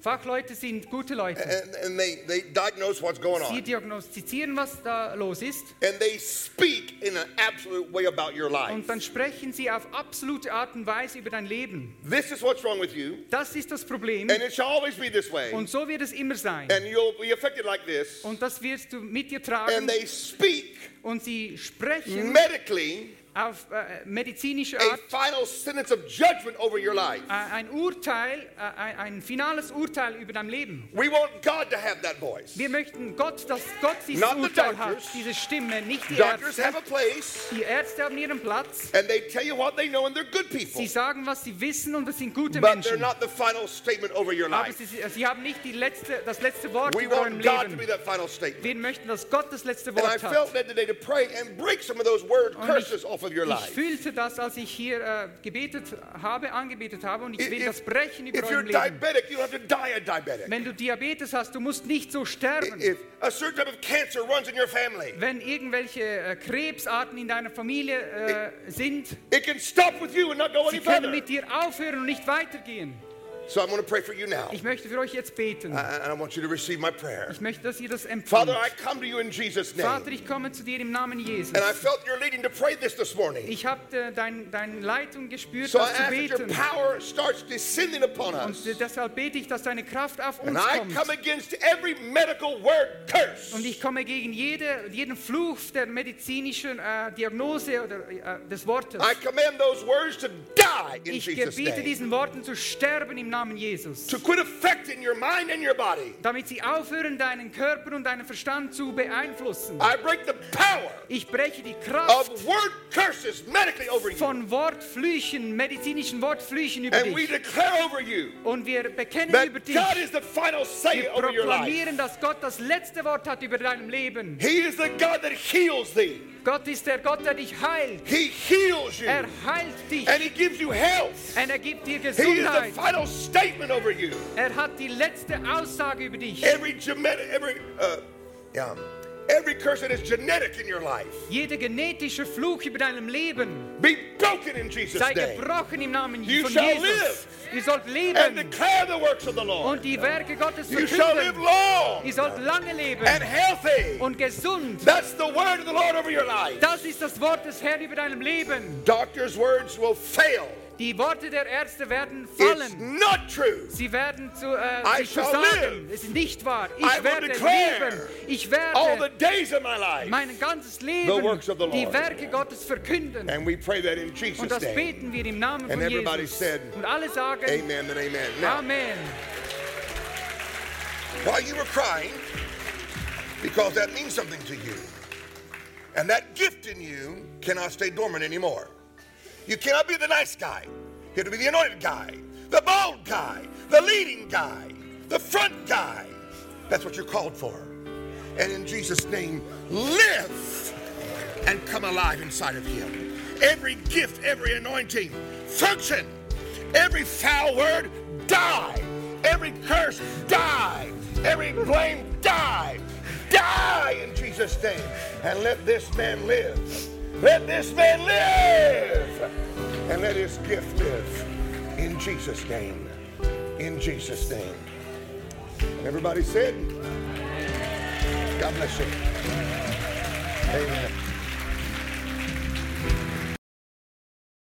S3: Fachleute sind gute Leute.
S2: and, and they, they diagnose what's going
S3: Sie
S2: on.
S3: diagnostizieren, was da los ist,
S2: And they speak in an absolute way about your
S3: und
S2: life.
S3: dann sprechen sie auf absolute Art und Weise über dein Leben.
S2: This is what's wrong with you,
S3: Das ist das Problem.
S2: and it shall always be this way.
S3: Und so wird es immer sein.
S2: And you'll be affected like this.
S3: Und das wirst du mit dir
S2: And
S3: tragen.
S2: they speak
S3: Und sie sprechen
S2: medically
S3: auf äh, medizinische
S2: a
S3: Art
S2: final sentence of judgment over your life.
S3: äh, ein Urteil, äh, ein, ein finales Urteil über dein Leben.
S2: We want God to have that voice.
S3: Wir möchten Gott, dass Gott dieses
S2: Not the
S3: Urteil
S2: doctors.
S3: hat, diese Stimme, nicht die
S2: Doctors
S3: Ärzte.
S2: have a place,
S3: Die Ärzte haben ihren Platz.
S2: and they tell you what they know, and they're good people.
S3: Sie sagen, was sie wissen und das sind gute
S2: But they're
S3: Menschen.
S2: not the final statement over your
S3: Aber
S2: life.
S3: sie, sie haben nicht die letzte, das letzte Wort
S2: We
S3: über eurem
S2: want God to be
S3: Leben.
S2: that final statement.
S3: Wir möchten, dass Gott das letzte
S2: And I
S3: Wort
S2: felt
S3: hat.
S2: led today to pray and break some of those word
S3: Und
S2: curses off of your
S3: ich
S2: life.
S3: fühlte das, als ich hier äh, gebetet habe, angebetet habe und ich will das brechen über
S2: if you're
S3: eurem Leben.
S2: diabetic, you don't have to die a diabetic.
S3: Wenn du Diabetes hast, du musst nicht so
S2: I-
S3: sterben.
S2: If a certain type of cancer runs in your family,
S3: Wenn irgendwelche äh, Krebsarten in deiner Familie äh, sind,
S2: it can stop with you and not go
S3: sie
S2: any
S3: können
S2: further.
S3: mit dir aufhören und nicht weitergehen.
S2: So I'm going to pray for you now.
S3: Ich möchte für euch jetzt beten.
S2: I- And I want you to receive my prayer.
S3: Ich möchte, dass ihr das empfangt.
S2: Father, I come to you in Jesus'
S3: Vater,
S2: name.
S3: ich komme zu dir im Namen Jesus.
S2: And I felt your leading to pray this this morning.
S3: Ich habe äh, dein, deine Leitung gespürt,
S2: So I
S3: das
S2: ask
S3: zu
S2: that your
S3: beten.
S2: power starts descending upon
S3: Und
S2: us.
S3: äh, deshalb bete ich, dass deine Kraft auf
S2: And
S3: uns
S2: I come
S3: kommt.
S2: against every medical word curse.
S3: Und ich komme gegen jede, jeden Fluch der medizinischen äh, Diagnose oder äh, des Wortes.
S2: I command those words to die in
S3: Ich
S2: Jesus'
S3: gebiete
S2: name.
S3: diesen Worten zu sterben im Namen Jesus.
S2: to quit affecting your mind and your body.
S3: damit sie aufhören, deinen Körper und deinen Verstand zu beeinflussen.
S2: I break the power
S3: Ich breche die Kraft
S2: of word curses medically over you.
S3: von Wortflüchen, medizinischen Wortflüchen über
S2: And we
S3: dich.
S2: declare over you
S3: Und wir bekennen über
S2: that
S3: dich,
S2: God is the final say
S3: wir
S2: over your life.
S3: proklamieren, dass Gott das letzte Wort hat über deinem Leben.
S2: He is the God that heals thee.
S3: Gott ist der Gott, der dich heilt.
S2: He heals you.
S3: Er
S2: And
S3: heilt dich
S2: He gives you health.
S3: und er gibt dir
S2: He is the
S3: Gesundheit.
S2: final statement over you.
S3: Er hat die letzte Aussage über dich.
S2: Every genetic, every, uh, yeah, every curse that is genetic in your life
S3: Jeder genetische Fluch über deinem Leben
S2: be broken in Jesus'
S3: sei
S2: name.
S3: gebrochen im Namen
S2: You
S3: von
S2: shall
S3: Jesus. Ihr sollt
S2: And
S3: leben.
S2: declare the works of the Lord.
S3: und die Werke Gottes
S2: You shall live
S3: verkünden. Ihr
S2: long
S3: sollt lange leben
S2: and healthy.
S3: und gesund.
S2: That's the word of the Lord over your life.
S3: Das ist das Wort des Herrn über deinem Leben.
S2: Doctors' words will fail.
S3: Die Worte der Ärzte werden
S2: It's
S3: fallen.
S2: not true.
S3: Sie werden zu äh,
S2: I
S3: sich
S2: shall
S3: versagen.
S2: live.
S3: Es ist nicht wahr.
S2: will
S3: Ich werde
S2: declare
S3: leben. Ich
S2: All the
S3: werde
S2: days of my life.
S3: mein ganzes Leben
S2: the works of the Lord.
S3: die Werke Gottes verkünden.
S2: And we pray that in
S3: Und
S2: Jesus'
S3: das
S2: name.
S3: beten wir im Namen
S2: And
S3: von
S2: everybody
S3: Jesus.
S2: said,
S3: Und alle sagen
S2: Amen and amen. Now,
S3: Amen.
S2: while you were crying, because that means something to you, and that gift in you cannot stay dormant anymore. You cannot be the nice guy. You have to be the anointed guy, the bold guy, the leading guy, the front guy. That's what you're called for. and in Jesus' name, live and come alive inside of Him. Every gift, every anointing, function. Every foul word, die. Every curse, die. Every blame, die. Die in Jesus' name. And let this man live. Let this man live. And let his gift live. In Jesus' name. In Jesus' name. And everybody said, God bless you. Amen.